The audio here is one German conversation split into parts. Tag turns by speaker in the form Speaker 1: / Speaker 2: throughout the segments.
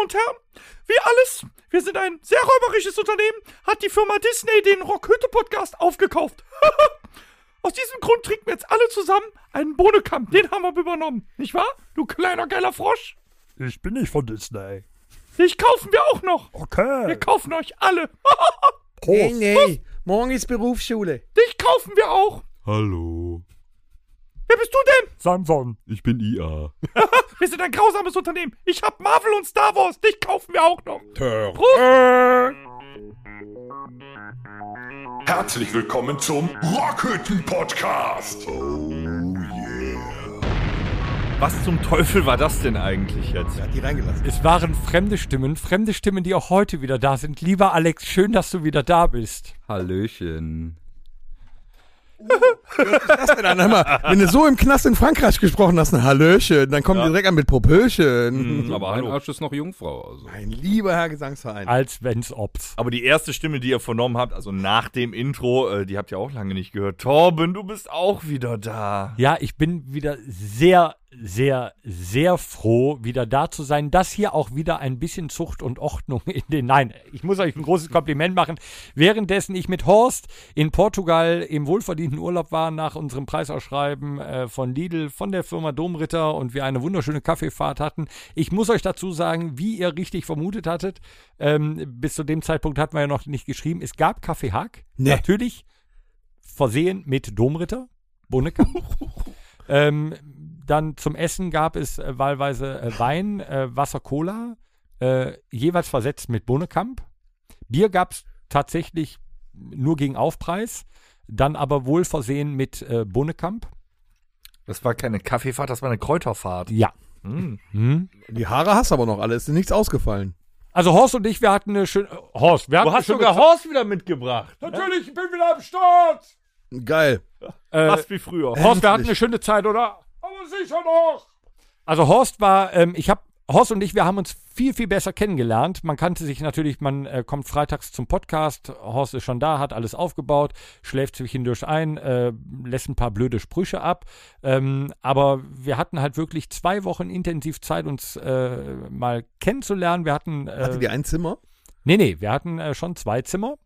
Speaker 1: und Herren, wie alles, wir sind ein sehr räuberisches Unternehmen, hat die Firma Disney den Rockhütte-Podcast aufgekauft. Aus diesem Grund trinken wir jetzt alle zusammen einen Bohnenkamm. Den haben wir übernommen. Nicht wahr? Du kleiner geiler Frosch.
Speaker 2: Ich bin nicht von Disney.
Speaker 1: Dich kaufen wir auch noch. Wir
Speaker 2: Okay.
Speaker 1: kaufen euch alle.
Speaker 3: Hey,
Speaker 2: Prost.
Speaker 3: nee, morgen ist Berufsschule.
Speaker 1: Dich kaufen wir auch.
Speaker 4: Hallo,
Speaker 1: Wer bist du denn?
Speaker 2: Samson.
Speaker 4: ich bin IA.
Speaker 1: Wir sind ein grausames Unternehmen. Ich hab Marvel und Star Wars. Dich kaufen wir auch noch. Prost.
Speaker 5: Herzlich willkommen zum Rockhütten-Podcast. Oh yeah.
Speaker 6: Was zum Teufel war das denn eigentlich jetzt?
Speaker 3: Hat die reingelassen.
Speaker 2: Es waren fremde Stimmen, fremde Stimmen, die auch heute wieder da sind. Lieber Alex, schön, dass du wieder da bist.
Speaker 6: Hallöchen.
Speaker 3: Das denn an? Hör mal, wenn du so im Knast in Frankreich gesprochen hast, ein Hallöchen, dann kommen die direkt an mit
Speaker 1: Mhm.
Speaker 3: Popöchen.
Speaker 6: Aber ein Hm, Arsch ist noch Jungfrau. Also.
Speaker 3: Ein lieber Herr Gesangsverein.
Speaker 2: Als wenn's ob's.
Speaker 1: Aber die erste Stimme, die ihr vernommen habt, also nach dem Intro, äh, die habt ihr auch lange nicht gehört. Torben, du bist auch wieder da.
Speaker 2: Ja, ich bin wieder sehr, sehr, sehr froh, wieder da zu sein. Das hier auch wieder ein bisschen Zucht und Ordnung in den. Nein, ich muss euch ein großes Kompliment machen. Währenddessen ich mit Horst in Portugal im wohlverdienten Urlaub war, nach unserem Preisausschreiben äh, von Lidl, von der Firma Domritter und wir eine wunderschöne Kaffeefahrt hatten. Ich muss euch dazu sagen, wie ihr richtig vermutet hattet, ähm, bis zu dem Zeitpunkt hatten wir ja noch nicht geschrieben. Es gab Kaffee Hack.
Speaker 3: Nee.
Speaker 2: Natürlich versehen mit Domritter. Bonnekamp. Ähm, dann zum Essen gab es äh, wahlweise äh, Wein, äh, Wasser, Cola, äh, jeweils versetzt mit Bohnekamp. Bier gab es tatsächlich nur gegen Aufpreis, dann aber wohl versehen mit äh, Bohnekamp.
Speaker 1: Das war keine Kaffeefahrt, das war eine Kräuterfahrt.
Speaker 2: Ja. Hm.
Speaker 3: Die Haare hast du aber noch alle, ist dir nichts ausgefallen.
Speaker 2: Also Horst und ich, wir hatten eine schöne. Horst, wir hatten
Speaker 1: Du hast
Speaker 2: eine schöne
Speaker 1: sogar Horst wieder mitgebracht.
Speaker 2: Natürlich, ich bin wieder am Start!
Speaker 3: Geil.
Speaker 2: Äh,
Speaker 1: Fast wie früher.
Speaker 2: Horst, wir hatten eine schöne Zeit, oder? Aber sicher noch. Also Horst war, ähm, ich habe Horst und ich, wir haben uns viel, viel besser kennengelernt. Man kannte sich natürlich, man äh, kommt freitags zum Podcast, Horst ist schon da, hat alles aufgebaut, schläft zwischendurch ein, äh, lässt ein paar blöde Sprüche ab. Ähm, aber wir hatten halt wirklich zwei Wochen intensiv Zeit, uns äh, mal kennenzulernen. Wir hatten,
Speaker 3: Hatte die
Speaker 2: äh,
Speaker 3: ein Zimmer
Speaker 2: nee, nee, wir hatten äh, schon zwei Zimmer.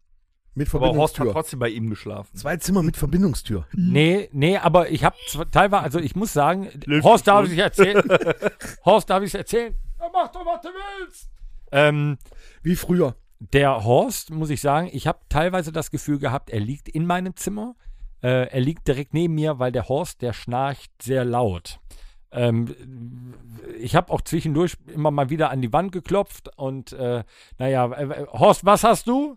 Speaker 3: mit
Speaker 1: Aber Horst hat
Speaker 3: Verbindungstür?
Speaker 1: trotzdem bei ihm geschlafen.
Speaker 3: Zwei Zimmer mit Verbindungstür.
Speaker 2: Nee, nee, aber ich habe teilweise, also ich muss sagen,
Speaker 1: Löst mich
Speaker 2: Horst darf
Speaker 1: wohl.
Speaker 2: ich erzählen. Horst darf ich erzählen. Ja, mach doch, was du willst. Ähm,
Speaker 3: Wie früher.
Speaker 2: der Horst, muss ich sagen, ich habe teilweise das Gefühl gehabt, er liegt in meinem Zimmer. Äh, er liegt direkt neben mir, weil der Horst, der schnarcht sehr laut. Ähm, ich habe auch zwischendurch immer mal wieder an die Wand geklopft und äh, naja, äh, Horst, was hast du?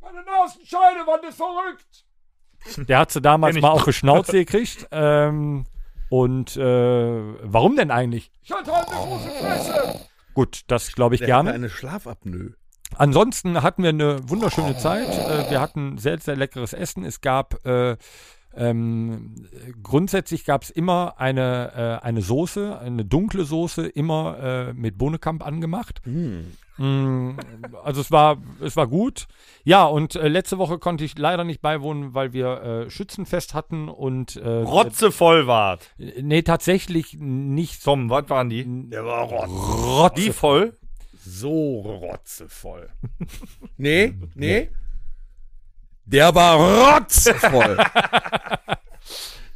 Speaker 2: Meine Nasenscheidewand ist verrückt. Der hat sie damals mal auf die Schnauze gekriegt. Ähm, und äh, warum denn eigentlich? Ich hatte halt eine große Fresse. Gut, das glaube ich
Speaker 3: Der
Speaker 2: gerne.
Speaker 1: ne?
Speaker 3: hatte eine Schlafapnoe.
Speaker 2: Ansonsten hatten wir eine wunderschöne Zeit. Äh, Wir hatten sehr, sehr leckeres Essen. Es gab äh, ähm, grundsätzlich gab es immer eine, äh, eine Soße, eine dunkle Soße, immer äh, mit Bohnekamp angemacht.
Speaker 1: Hm.
Speaker 2: Mm, also es war, es war gut. Ja, und äh, letzte Woche konnte ich leider nicht beiwohnen, weil wir äh, Schützenfest hatten und äh,
Speaker 1: Rotzevoll wart.
Speaker 2: äh, nee, tatsächlich nicht so.
Speaker 1: Tom, was waren die?
Speaker 2: Der war rot.
Speaker 1: Die voll?
Speaker 3: So rotzevoll. Nee, nee. Der war rotzevoll.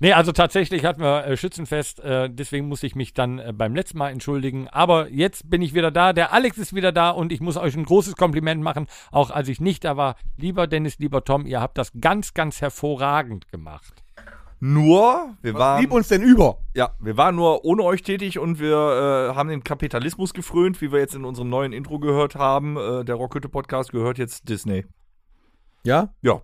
Speaker 2: Nee, also tatsächlich hatten wir äh, Schützenfest, äh, deswegen musste ich mich dann äh, beim letzten Mal entschuldigen. Aber jetzt bin ich wieder da, der Alex ist wieder da und ich muss euch ein großes Kompliment machen, auch als ich nicht da war. Lieber Dennis, lieber Tom, ihr habt das ganz, ganz hervorragend gemacht.
Speaker 1: Nur, wir
Speaker 3: Lieb
Speaker 1: waren,
Speaker 3: uns denn über.
Speaker 1: ja, wir waren nur ohne euch tätig und wir äh, haben den Kapitalismus gefrönt, wie wir jetzt in unserem neuen Intro gehört haben. Äh, der Rockhütte-Podcast gehört jetzt Disney.
Speaker 3: Ja?
Speaker 1: Ja,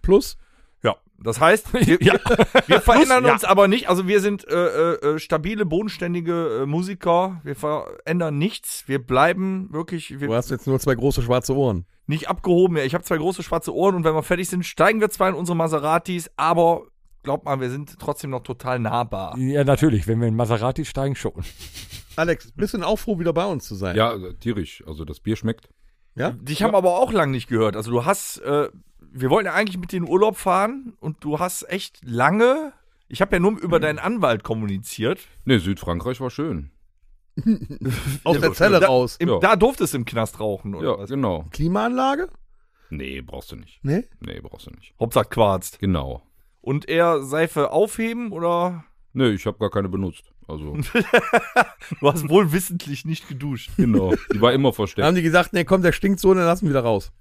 Speaker 3: Plus?
Speaker 1: Ja, das heißt, wir,
Speaker 2: Ja.
Speaker 1: wir, wir verändern
Speaker 2: Plus, ja.
Speaker 1: uns aber nicht. Also wir sind äh, äh, stabile, bodenständige äh, Musiker. Wir verändern nichts. Wir bleiben wirklich
Speaker 3: Du
Speaker 1: wir
Speaker 3: hast jetzt nur zwei große schwarze Ohren.
Speaker 1: nicht abgehoben. Ja, Ich habe zwei große schwarze Ohren und wenn wir fertig sind, steigen wir zwar in unsere Maseratis, aber glaubt mal, wir sind trotzdem noch total nahbar.
Speaker 2: Ja, natürlich, wenn wir in Maserati steigen, schon.
Speaker 3: Alex, bist du denn auch froh, wieder bei uns zu sein?
Speaker 6: Ja, also, tierisch. Also das Bier schmeckt.
Speaker 3: ja?
Speaker 1: Dich haben aber auch lange nicht gehört. Also du hast, äh, wir wollten ja eigentlich mit dir in Urlaub fahren und du hast echt
Speaker 2: Hm.
Speaker 1: lange. Ich habe ja nur über deinen Anwalt kommuniziert.
Speaker 6: Nee, Südfrankreich war schön.
Speaker 3: Aus der Zelle
Speaker 1: da,
Speaker 3: raus.
Speaker 1: Im,
Speaker 6: Ja.
Speaker 1: Da durfte es im Knast rauchen, oder
Speaker 6: Ja,
Speaker 1: was?
Speaker 6: genau.
Speaker 3: Klimaanlage?
Speaker 6: Nee, brauchst du nicht.
Speaker 3: Nee?
Speaker 6: Nee, brauchst du nicht.
Speaker 1: Hauptsache quarzt.
Speaker 6: Genau.
Speaker 1: Und er Seife aufheben oder?
Speaker 6: Nee, ich habe gar keine benutzt. Also,
Speaker 1: Du hast wohl wissentlich nicht geduscht.
Speaker 6: genau. Die war immer
Speaker 3: Da
Speaker 6: versteckt.
Speaker 3: haben die gesagt, nee, komm, der stinkt so, dann lassen wir wieder raus.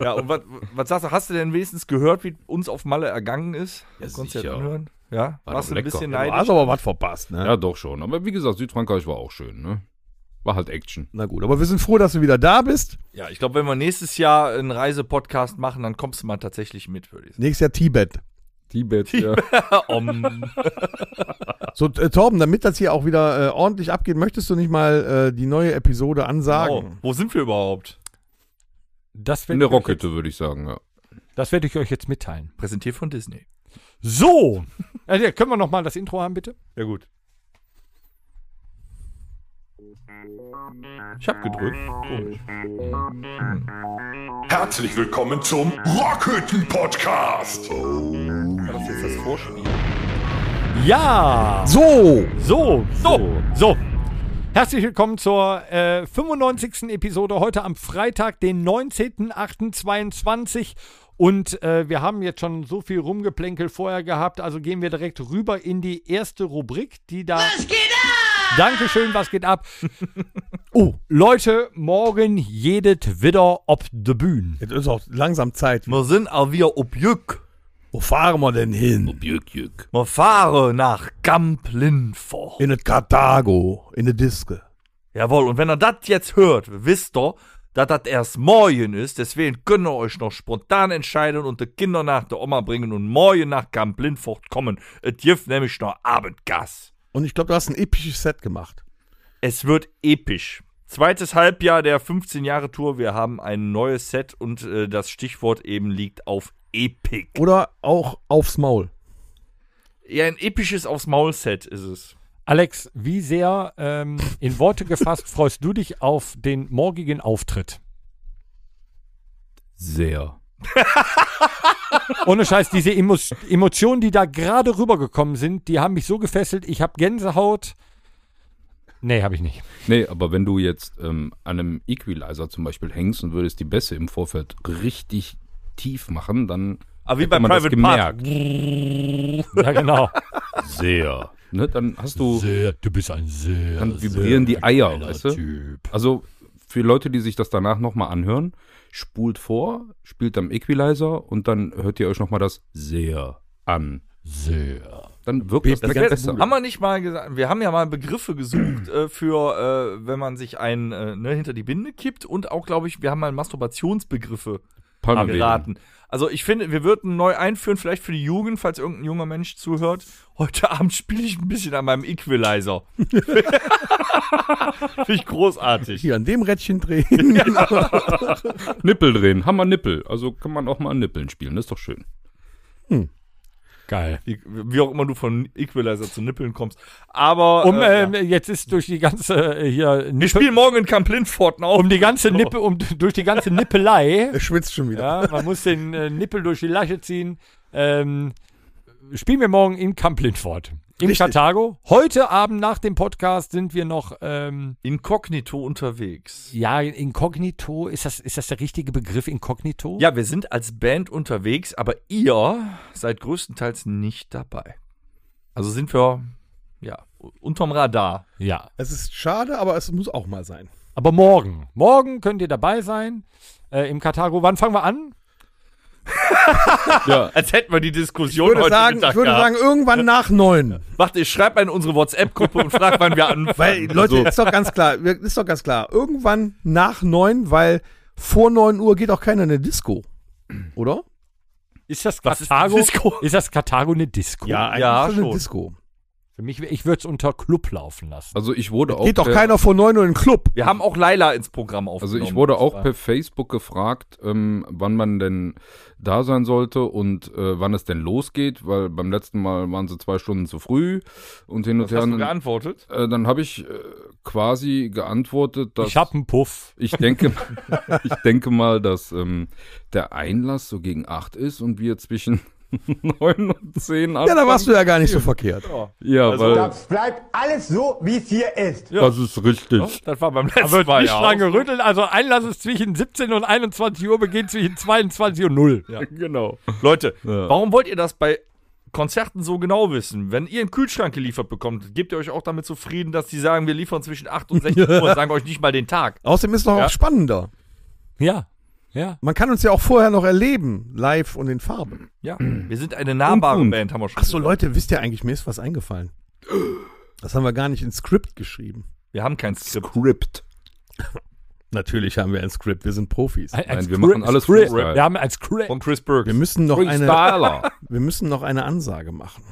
Speaker 1: Ja, und was, was sagst du, hast du denn wenigstens gehört, wie uns auf Malle ergangen ist?
Speaker 6: Ja,
Speaker 1: Konntest du
Speaker 6: sicher.
Speaker 1: anhören? Ja,
Speaker 6: War
Speaker 1: warst
Speaker 6: doch
Speaker 1: du ein
Speaker 6: lecker.
Speaker 1: bisschen
Speaker 6: Ja,
Speaker 3: Du
Speaker 1: neidisch?
Speaker 3: hast aber was verpasst, ne?
Speaker 6: Ja, doch schon. Aber wie gesagt, Südfrankreich war auch schön, ne? War halt Action.
Speaker 3: Na gut, aber wir sind froh, dass du wieder da bist.
Speaker 1: Ja, ich glaube, wenn wir nächstes Jahr einen Reisepodcast machen, dann kommst du mal tatsächlich mit, würde ich sagen.
Speaker 3: Nächstes Jahr Tibet.
Speaker 6: Tibet, ja.
Speaker 1: Om.
Speaker 3: So, äh, Torben, damit das hier auch wieder äh, ordentlich abgeht, möchtest du nicht mal äh, die neue Episode ansagen?
Speaker 1: Genau. Wo sind wir überhaupt?
Speaker 2: Das werde ich, euch
Speaker 6: In der
Speaker 2: jetzt-
Speaker 6: Rockhütte, würde ich sagen, ja.
Speaker 2: das werd ich euch jetzt mitteilen.
Speaker 1: Präsentiert von Disney.
Speaker 2: So, also, können wir noch mal das Intro haben, bitte?
Speaker 1: Ja, gut. Ich hab gedrückt. Komisch.
Speaker 5: Herzlich willkommen zum Rockhütten Podcast.
Speaker 1: War das jetzt das Vorspiel? Genau.
Speaker 2: Ja,
Speaker 3: So,
Speaker 2: so, so, so. Herzlich willkommen zur äh, 95. Episode heute am Freitag, den 19.08.22. Und äh, wir haben jetzt schon so viel Rumgeplänkel vorher gehabt, also gehen wir direkt rüber in die erste Rubrik, die da. Was geht ab? Dankeschön, was geht ab? oh, Leute, morgen jedet wieder ob de Bühne.
Speaker 3: jetzt ist auch langsam Zeit.
Speaker 1: Wir sind auch wieder ob Jück.
Speaker 3: Wo fahren wir denn hin?
Speaker 6: Jück, jück.
Speaker 1: Wir fahren nach Gamp-Lindfort.
Speaker 3: In das Karthago, in eine Diske.
Speaker 1: Jawohl, und wenn ihr das jetzt hört, wisst ihr, dass das erst morgen ist, deswegen könnt ihr euch noch spontan entscheiden und die Kinder nach der Oma bringen und morgen nach Kamp-Lindfort kommen. Es gibt nämlich noch Abendgas.
Speaker 3: Und ich glaube, du hast ein episches Set gemacht.
Speaker 1: Es wird episch. Zweites Halbjahr der 15-Jahre-Tour, wir haben ein neues Set und äh, das Stichwort eben liegt auf Epic.
Speaker 3: Oder auch aufs Maul.
Speaker 1: Ja, ein episches aufs Maul-Set ist es.
Speaker 2: Alex, wie sehr ähm, in Worte gefasst freust du dich auf den morgigen Auftritt?
Speaker 6: Sehr.
Speaker 2: Ohne Scheiß, diese Emo Emotionen, die da gerade rübergekommen sind, die haben mich so gefesselt. Ich habe Gänsehaut. Nee, habe ich nicht.
Speaker 6: Nee, aber wenn du jetzt ähm, an einem Equalizer zum Beispiel hängst und würdest die Bässe im Vorfeld richtig tief machen, dann
Speaker 1: Aber wie
Speaker 6: hätte
Speaker 1: bei
Speaker 6: man das
Speaker 1: Private Part.
Speaker 6: gemerkt.
Speaker 2: Ja, genau.
Speaker 6: Sehr. Ne, dann hast du,
Speaker 2: Sehr, du bist ein sehr.
Speaker 6: dann vibrieren die Eier, weißt du? Also für Leute, die sich das danach nochmal anhören, spult vor, spielt am Equalizer und dann hört ihr euch nochmal das sehr an.
Speaker 2: Sehr.
Speaker 6: Dann wirkt das direkt besser.
Speaker 1: Haben wir nicht mal gesagt, wir haben ja mal Begriffe gesucht äh, für, äh, wenn man sich einen äh, ne, hinter die Binde kippt und auch, glaube ich, wir haben mal Masturbationsbegriffe
Speaker 6: Palmenwedel.
Speaker 1: geraten. Also ich finde, wir würden neu einführen, vielleicht für die Jugend, falls irgendein junger Mensch zuhört. Heute Abend spiele ich ein bisschen an meinem Equalizer. finde ich großartig.
Speaker 3: Hier an dem Rädchen drehen.
Speaker 6: Nippel drehen, Hammer Nippel. Also kann man auch mal an Nippeln spielen, das ist doch schön.
Speaker 2: Geil.
Speaker 1: Wie, wie auch immer du von Equalizer zu Nippeln kommst. Aber
Speaker 2: Um,
Speaker 1: äh,
Speaker 2: ähm, jetzt ist durch die ganze äh, hier
Speaker 1: wir
Speaker 2: Nippe,
Speaker 1: spielen morgen in Camp Lindfort auf.
Speaker 2: um die ganze Nippe, um durch die ganze Nippelei
Speaker 3: Er schwitzt schon wieder.
Speaker 2: Ja, man muss den äh, Nippel durch die Lasche ziehen. Ähm, spielen wir morgen in Camp Lindford. In
Speaker 3: Richtig.
Speaker 2: Karthago. Heute Abend nach dem Podcast sind wir noch, ähm,
Speaker 1: Inkognito unterwegs.
Speaker 2: ja, inkognito. Ist das, ist das der richtige Begriff, inkognito?
Speaker 1: Ja, wir sind als Band unterwegs, aber ihr seid größtenteils nicht dabei. Also sind wir, ja, unterm Radar.
Speaker 2: Ja.
Speaker 3: Es ist schade, aber es muss auch mal sein.
Speaker 2: Aber morgen. Morgen könnt ihr dabei sein. Äh, Im Karthago. Wann fangen wir an?
Speaker 6: Ja,
Speaker 1: Als hätten wir die
Speaker 3: Ich
Speaker 1: Diskussion
Speaker 3: würde,
Speaker 1: heute
Speaker 3: sagen,
Speaker 1: Mittag
Speaker 3: ich würde
Speaker 1: gehabt.
Speaker 3: sagen, irgendwann nach neun.
Speaker 1: Warte, ich schreibe mal in unsere WhatsApp-Gruppe und frag, wann wir anfangen.
Speaker 3: Weil, Leute, ist doch ganz klar, wir- ist doch ganz klar. Irgendwann nach neun, weil vor neun Uhr geht auch keiner in eine Disco. Oder?
Speaker 2: Ist das
Speaker 1: Was ist
Speaker 2: Karthago?
Speaker 1: Disco?
Speaker 2: Ist das Karthago eine Disco?
Speaker 1: ja,
Speaker 3: ist das eine
Speaker 1: schon.
Speaker 3: Disco.
Speaker 2: Für mich, wär- ich würde es unter Club laufen lassen.
Speaker 6: also ich wurde auch
Speaker 3: Geht doch
Speaker 6: per-
Speaker 3: keiner vor neun Uhr in den Club.
Speaker 1: Wir haben auch Laila ins Programm
Speaker 6: Also
Speaker 1: aufgenommen.
Speaker 6: ich wurde auch per Facebook gefragt, ähm, wann man denn da sein sollte und äh, wann es denn losgeht, weil beim letzten Mal waren sie zwei Stunden zu früh und hin und
Speaker 1: Hast du
Speaker 6: her.
Speaker 1: geantwortet?
Speaker 6: Äh, dann habe ich äh, quasi geantwortet, dass
Speaker 2: ich habe einen Puff.
Speaker 6: ich denke, ich denke mal, dass ähm, der Einlass so gegen acht ist und wir zwischen neun und zehn
Speaker 3: Ja, da warst du ja gar nicht so verkehrt.
Speaker 6: Ja,
Speaker 1: Also
Speaker 6: weil
Speaker 7: Es bleibt alles so, wie es hier ist.
Speaker 6: das ist richtig.
Speaker 1: Das war beim letzten
Speaker 2: Wird
Speaker 6: Ah,
Speaker 1: Mal
Speaker 2: nicht
Speaker 1: ja auch.
Speaker 2: lange rütteln. Also Einlass ist zwischen 17 und 21 Uhr, beginnt zwischen 22 und 0.
Speaker 6: Genau.
Speaker 1: Leute,
Speaker 6: Ja.
Speaker 1: warum wollt ihr das bei Konzerten so genau wissen? Wenn ihr einen Kühlschrank geliefert bekommt, gebt ihr euch auch damit zufrieden, dass die sagen, wir liefern zwischen 8 und 16 Uhr und sagen euch nicht mal den Tag.
Speaker 3: Außerdem ist es doch
Speaker 1: Ja.
Speaker 3: auch spannender.
Speaker 2: Ja. Ja.
Speaker 3: Man kann uns ja auch vorher noch erleben, live und in Farbe.
Speaker 1: Ja, wir sind eine nahbare
Speaker 6: Und, und.
Speaker 1: Band, haben wir schon.
Speaker 3: Achso,
Speaker 1: gesagt.
Speaker 3: Leute, wisst ihr eigentlich, mir ist was eingefallen. Das haben wir gar nicht ins Skript geschrieben.
Speaker 1: Wir haben kein Skript.
Speaker 6: Crypt.
Speaker 3: Natürlich haben wir ein Skript, wir sind Profis.
Speaker 2: Ein- ein
Speaker 6: Nein, wir
Speaker 2: Script-
Speaker 6: machen alles
Speaker 2: Script.
Speaker 6: Freestyle.
Speaker 2: Wir haben als Script.
Speaker 1: Von Chris Burke.
Speaker 3: Wir müssen noch eine,
Speaker 6: Freestyler.
Speaker 3: wir müssen noch eine Ansage machen.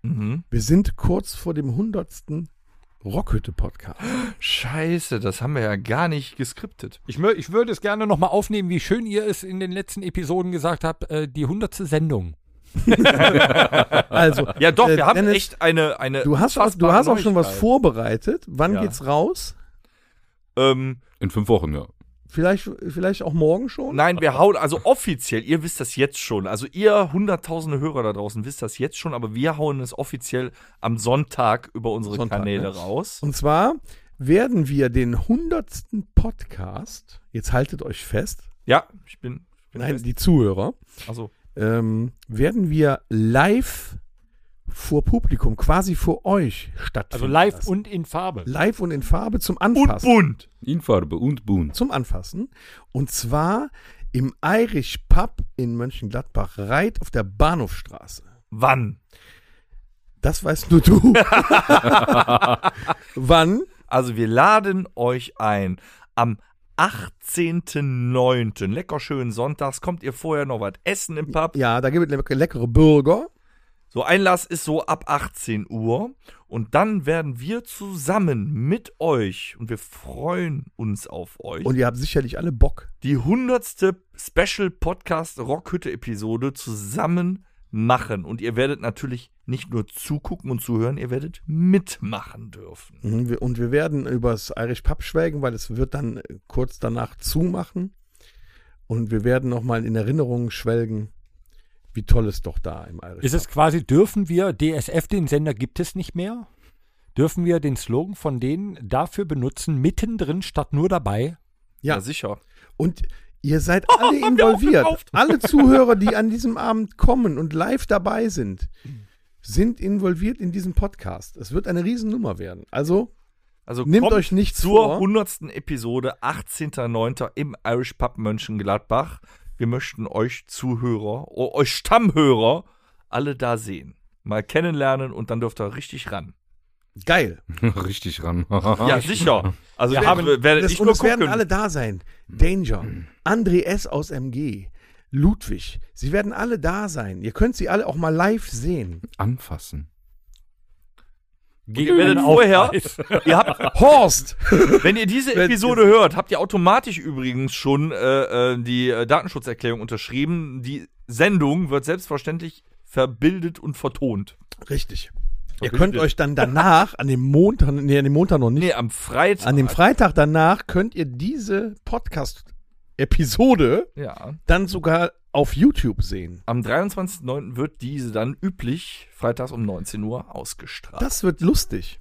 Speaker 1: Mhm.
Speaker 3: Wir sind kurz vor dem 100. Rockhütte-Podcast.
Speaker 1: Scheiße, das haben wir ja gar nicht geskriptet.
Speaker 2: Ich, mö- ich würde es gerne nochmal aufnehmen, wie schön ihr es in den letzten Episoden gesagt habt, äh, die 100. Sendung.
Speaker 3: Also,
Speaker 1: Ja, doch,
Speaker 3: äh,
Speaker 1: wir haben
Speaker 3: Dennis,
Speaker 1: echt eine. eine
Speaker 3: Du hast, was, du hast auch schon was
Speaker 1: Neuigkeit.
Speaker 3: vorbereitet. Wann
Speaker 1: Ja.
Speaker 3: geht's raus?
Speaker 1: Ähm,
Speaker 6: In fünf Wochen, ja.
Speaker 3: Vielleicht, vielleicht auch morgen schon?
Speaker 1: nein, wir hauen, also offiziell, ihr wisst das jetzt schon. Also ihr hunderttausende Hörer da draußen wisst das jetzt schon, aber wir hauen es offiziell am Sonntag über unsere
Speaker 3: Sonntag,
Speaker 1: Kanäle
Speaker 3: ne?
Speaker 1: raus.
Speaker 3: Und zwar werden wir den 100. Podcast, jetzt haltet euch fest,
Speaker 1: Ja, ich bin. ich bin
Speaker 3: nein,
Speaker 1: fest.
Speaker 3: die Zuhörer,
Speaker 1: also,
Speaker 3: ähm, werden wir live vor Publikum, quasi vor euch stattfinden.
Speaker 2: Also live
Speaker 3: lassen.
Speaker 2: und in Farbe.
Speaker 3: live und in Farbe zum Anfassen.
Speaker 1: bunt.
Speaker 6: In Farbe und bunt.
Speaker 3: Zum Anfassen. Und zwar im Irish Pub in Mönchengladbach, Reit auf der Bahnhofstraße.
Speaker 1: Wann?
Speaker 3: Das weißt nur du. Wann?
Speaker 1: Also wir laden euch ein am 18.09. Lecker schön sonntags. Kommt ihr vorher noch was essen im Pub?
Speaker 3: Ja, da gibt es leck- leckere Burger.
Speaker 1: So, Einlass ist so ab 18 Uhr. Und dann werden wir zusammen mit euch, und wir freuen uns auf euch,
Speaker 3: Und ihr habt sicherlich alle Bock.
Speaker 1: die 100. Special Podcast Rockhütte Episode zusammen machen. Und ihr werdet natürlich nicht nur zugucken und zuhören, ihr werdet mitmachen dürfen.
Speaker 3: Mhm, wir- Und wir werden übers Irish Pub schwelgen, weil es wird dann äh, kurz danach zumachen. Und wir werden nochmal in Erinnerungen schwelgen, wie toll es doch da im Irish
Speaker 2: Ist es quasi, dürfen wir, DSF, den Sender gibt es nicht mehr? Dürfen wir den Slogan von denen dafür benutzen, mittendrin statt nur dabei?
Speaker 3: Ja.
Speaker 1: sicher.
Speaker 3: Und ihr seid
Speaker 1: Oh,
Speaker 3: alle involviert. Alle Zuhörer, die an diesem Abend kommen und live dabei sind, sind involviert in diesem Podcast. Es wird eine Riesennummer werden. Also
Speaker 1: Also
Speaker 3: nehmt
Speaker 1: kommt
Speaker 3: euch nichts
Speaker 1: zur
Speaker 3: vor.
Speaker 1: 100. Episode 18.09. im Irish Pub Mönchengladbach. Wir möchten euch Zuhörer, oh, euch Stammhörer, alle da sehen. Mal kennenlernen und dann dürft ihr richtig ran.
Speaker 3: Geil.
Speaker 6: Richtig ran.
Speaker 1: ja, sicher. Also
Speaker 2: Wir
Speaker 1: wir
Speaker 2: haben-
Speaker 1: haben, werdet
Speaker 3: Das,
Speaker 1: nicht
Speaker 3: und
Speaker 1: nur
Speaker 3: es werden
Speaker 1: gucken.
Speaker 3: alle da sein. Danger, André S. aus MG, Ludwig. Sie werden alle da sein. Ihr könnt sie alle auch mal live sehen.
Speaker 6: Anfassen.
Speaker 2: Gegen
Speaker 1: werdet
Speaker 2: einen
Speaker 1: vorher-
Speaker 2: Aufpreis.
Speaker 1: ihr habt,
Speaker 3: Horst!
Speaker 1: wenn ihr diese
Speaker 3: Wenn-
Speaker 1: Episode hört, habt ihr automatisch übrigens schon äh, äh, die äh, Datenschutzerklärung unterschrieben. Die Sendung wird selbstverständlich verbildet und vertont.
Speaker 3: Richtig. Ihr könnt euch dann danach, an dem Montag, nee, an dem Montag noch nicht,
Speaker 1: Nee, am Freitag.
Speaker 3: An dem Freitag danach könnt ihr diese Podcast-Episode
Speaker 1: ja.
Speaker 3: dann sogar auf YouTube sehen.
Speaker 1: Am 23.09. wird diese dann üblich freitags um 19 Uhr ausgestrahlt.
Speaker 3: Das wird lustig.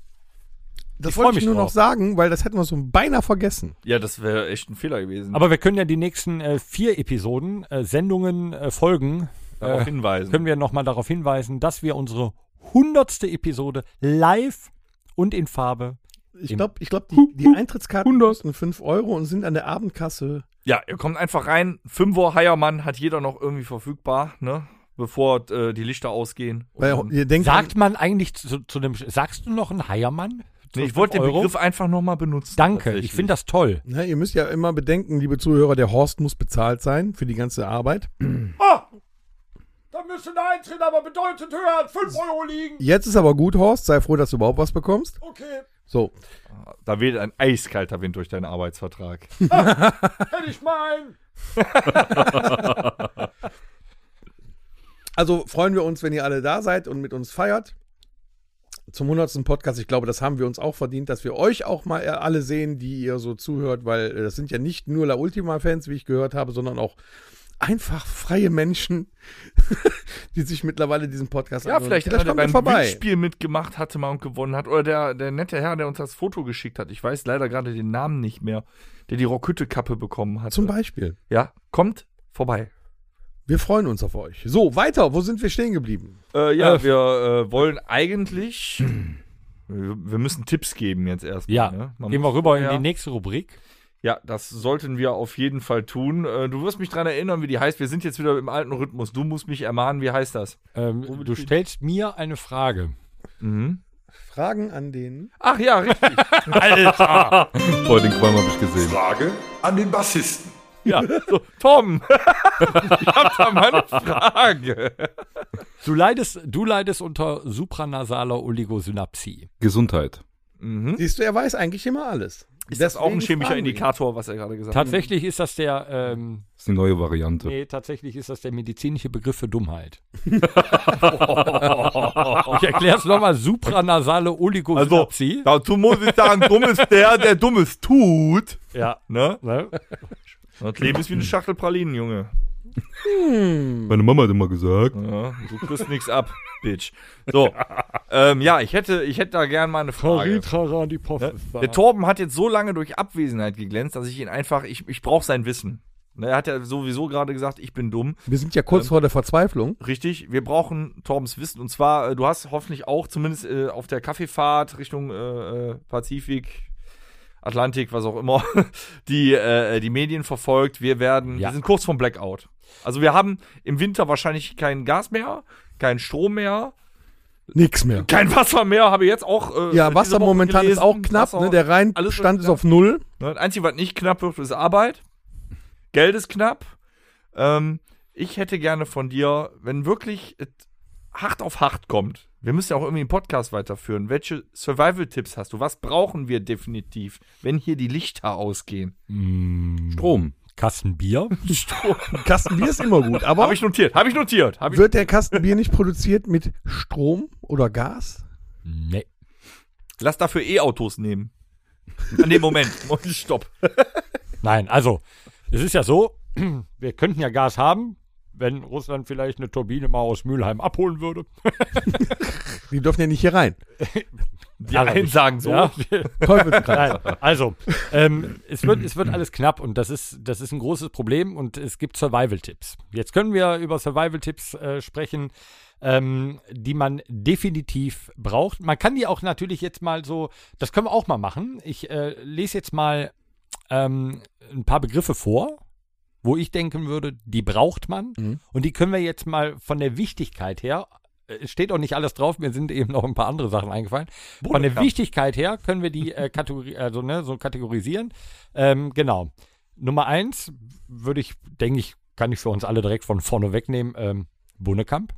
Speaker 3: Das
Speaker 2: Ich freu
Speaker 3: wollte ich
Speaker 2: mich
Speaker 3: nur
Speaker 2: drauf.
Speaker 3: noch sagen, weil das hätten wir so beinahe vergessen.
Speaker 1: ja, das wäre echt ein Fehler gewesen.
Speaker 2: Aber wir können ja die nächsten äh, vier Episoden, äh, Sendungen, äh, Folgen,
Speaker 1: darauf
Speaker 2: äh,
Speaker 1: hinweisen.
Speaker 2: können wir nochmal darauf hinweisen, dass wir unsere 100. Episode live und in Farbe.
Speaker 3: Ich
Speaker 2: Im-
Speaker 3: glaube, ich glaub, die, die Eintrittskarten kosten 5 Euro und sind an der Abendkasse.
Speaker 1: ja, ihr kommt einfach rein. 5 Uhr Heiermann hat jeder noch irgendwie verfügbar, ne? Bevor äh, die Lichter ausgehen. Und-
Speaker 3: Weil ihr denkt,
Speaker 2: Sagt man eigentlich zu, zu dem, sagst du noch ein Heiermann?
Speaker 1: nee, ich
Speaker 2: Zu
Speaker 1: wollte den
Speaker 2: Euro?
Speaker 1: Begriff einfach nochmal benutzen.
Speaker 2: Danke, ich finde das toll.
Speaker 3: na, ne, ihr müsst ja immer bedenken, liebe Zuhörer, der Horst muss bezahlt sein für die ganze Arbeit.
Speaker 8: Da müsste der Eintritt aber bedeutend höher als 5 Euro liegen.
Speaker 3: Jetzt ist aber gut, Horst. Sei froh, dass du überhaupt was bekommst.
Speaker 8: Okay,
Speaker 3: So,
Speaker 1: tatsächlich. Da weht ein eiskalter Wind durch deinen Arbeitsvertrag.
Speaker 8: hätte ich mein.
Speaker 3: Also freuen wir uns, wenn ihr alle da seid und mit uns feiert. Zum 100. Podcast, ich glaube, das haben wir uns auch verdient, dass wir euch auch mal äh, alle sehen, die ihr so zuhört, weil äh, das sind ja nicht nur La Ultima-Fans, wie ich gehört habe, sondern auch einfach freie Menschen, die sich mittlerweile diesen Podcast
Speaker 1: Ja,
Speaker 3: anhören.
Speaker 1: vielleicht
Speaker 3: da
Speaker 1: einer, Also, der
Speaker 3: stand mir
Speaker 1: beim
Speaker 3: vorbei.
Speaker 1: Spiel mitgemacht hatte mal und gewonnen hat. Oder der, der nette Herr, der uns das Foto geschickt hat. Ich weiß leider gerade den Namen nicht mehr. Der die Rockhütte-Kappe bekommen hat.
Speaker 3: Zum Beispiel.
Speaker 1: Ja, kommt vorbei.
Speaker 3: Wir freuen uns auf euch. So, weiter. Wo sind wir stehen geblieben?
Speaker 1: Äh, ja,
Speaker 2: Äh,
Speaker 1: wir äh, wollen eigentlich. Wir wir müssen Tipps geben jetzt erstmal.
Speaker 2: Ja,
Speaker 1: ne? Man
Speaker 2: gehen
Speaker 1: muss-
Speaker 2: wir rüber in
Speaker 1: ja.
Speaker 2: die nächste Rubrik.
Speaker 1: Ja, das sollten wir auf jeden Fall tun. Äh, Du wirst mich dran erinnern, wie die heißt. Wir sind jetzt wieder im alten Rhythmus. Du musst mich ermahnen, wie heißt das?
Speaker 2: Ähm, du stellst mir eine Frage.
Speaker 3: Fragen an den.
Speaker 1: Ach ja, richtig.
Speaker 6: Boah, den Qualm habe ich gesehen.
Speaker 5: Frage an den Bassisten.
Speaker 1: ja. So, Tom, ich hab da mal eine Frage.
Speaker 2: Du leidest, du leidest unter supranasaler Oligosynapsie.
Speaker 1: Mhm.
Speaker 6: Gesundheit.
Speaker 3: Siehst du, er weiß eigentlich immer alles.
Speaker 1: Hm? Ist das auch ein
Speaker 3: Deswegen
Speaker 1: chemischer
Speaker 3: fragen wir ihn.
Speaker 1: Indikator, was er gerade gesagt hat?
Speaker 2: Tatsächlich ist das der, ähm,
Speaker 6: Das ist die neue Variante.
Speaker 2: nee, tatsächlich ist das der medizinische Begriff für Dummheit. ich erkläre es nochmal, supranasale
Speaker 1: Also,
Speaker 2: Oligosynapsie.
Speaker 1: dazu muss ich sagen, dumm ist der, der Dummes tut.
Speaker 2: ja.
Speaker 1: Ne?
Speaker 2: Ne?
Speaker 1: Das Leben ist wie eine Schachtel Pralinen, Junge.
Speaker 6: Meine Mama hat immer gesagt.
Speaker 1: Ja, Ne? du kriegst nichts ab, Bitch. So, ähm, ja, ich hätte, ich hätte da gern mal eine Frage. Der Torben hat jetzt so lange durch Abwesenheit geglänzt, dass ich ihn einfach, ich, ich brauche sein Wissen. Ne, Er hat ja sowieso gerade gesagt, ich bin dumm.
Speaker 3: Wir sind ja kurz vor der Verzweiflung.
Speaker 1: Richtig, wir brauchen Torbens Wissen. Und zwar, äh, du hast hoffentlich auch zumindest äh, auf der Kaffeefahrt Richtung äh, äh, Pazifik, Atlantik, was auch immer, die, äh, die Medien verfolgt. Wir werden,
Speaker 2: Ja.
Speaker 1: wir sind kurz vom Blackout. Also wir haben im Winter wahrscheinlich kein Gas mehr, kein Strom mehr,
Speaker 3: Nix mehr.
Speaker 1: kein Wasser mehr, habe ich jetzt auch. äh,
Speaker 3: Ja,
Speaker 1: diese
Speaker 3: Wasser
Speaker 1: Woche
Speaker 3: momentan ist
Speaker 1: gelesen.
Speaker 3: auch knapp.
Speaker 1: Wasser-
Speaker 3: Ne? Der
Speaker 1: alles wird
Speaker 3: Rheinstand ist
Speaker 1: knapp.
Speaker 3: auf Null.
Speaker 1: Ne, Das Einzige, was nicht knapp wird, ist Arbeit. Geld ist knapp. Ähm, ich hätte gerne von dir, wenn wirklich es hart auf hart kommt, wir müssen ja auch irgendwie einen Podcast weiterführen. Welche Survival-Tipps hast du? Was brauchen wir definitiv, wenn hier die Lichter ausgehen?
Speaker 6: Strom.
Speaker 2: Kasten Bier.
Speaker 3: Ein Kasten Bier ist immer gut. Aber
Speaker 1: Habe ich notiert, habe ich notiert. Hab ich
Speaker 3: wird der Kasten Bier nicht produziert mit Strom oder Gas?
Speaker 2: nee.
Speaker 1: Lass dafür E-Autos nehmen. An dem Moment. Moment, Stopp.
Speaker 2: Nein, also, es ist ja so, wir könnten ja Gas haben, wenn Russland vielleicht eine Turbine mal aus Mülheim abholen würde.
Speaker 3: Die dürfen ja nicht hier rein.
Speaker 1: Die einen sagen so.
Speaker 2: Ja.
Speaker 3: Teufelskreis.
Speaker 2: Nein, also, ähm, es, wird, es wird alles knapp und das ist, das ist ein großes Problem und es gibt Survival-Tipps. Jetzt können wir über Survival-Tipps äh, sprechen, ähm, die man definitiv braucht. Man kann die auch natürlich jetzt mal so, das können wir auch mal machen. Ich äh, lese jetzt mal ähm, ein paar Begriffe vor, wo ich denken würde, die braucht man und die können wir jetzt mal von der Wichtigkeit her. äh, es Steht auch nicht alles drauf, mir sind eben noch ein paar andere Sachen eingefallen. Von der Wichtigkeit her können wir die äh, Kategori also, ne, so kategorisieren. Ähm, genau. Nummer eins würde ich, denke ich, kann ich für uns alle direkt von vorne wegnehmen. Ähm, Bunnekamp.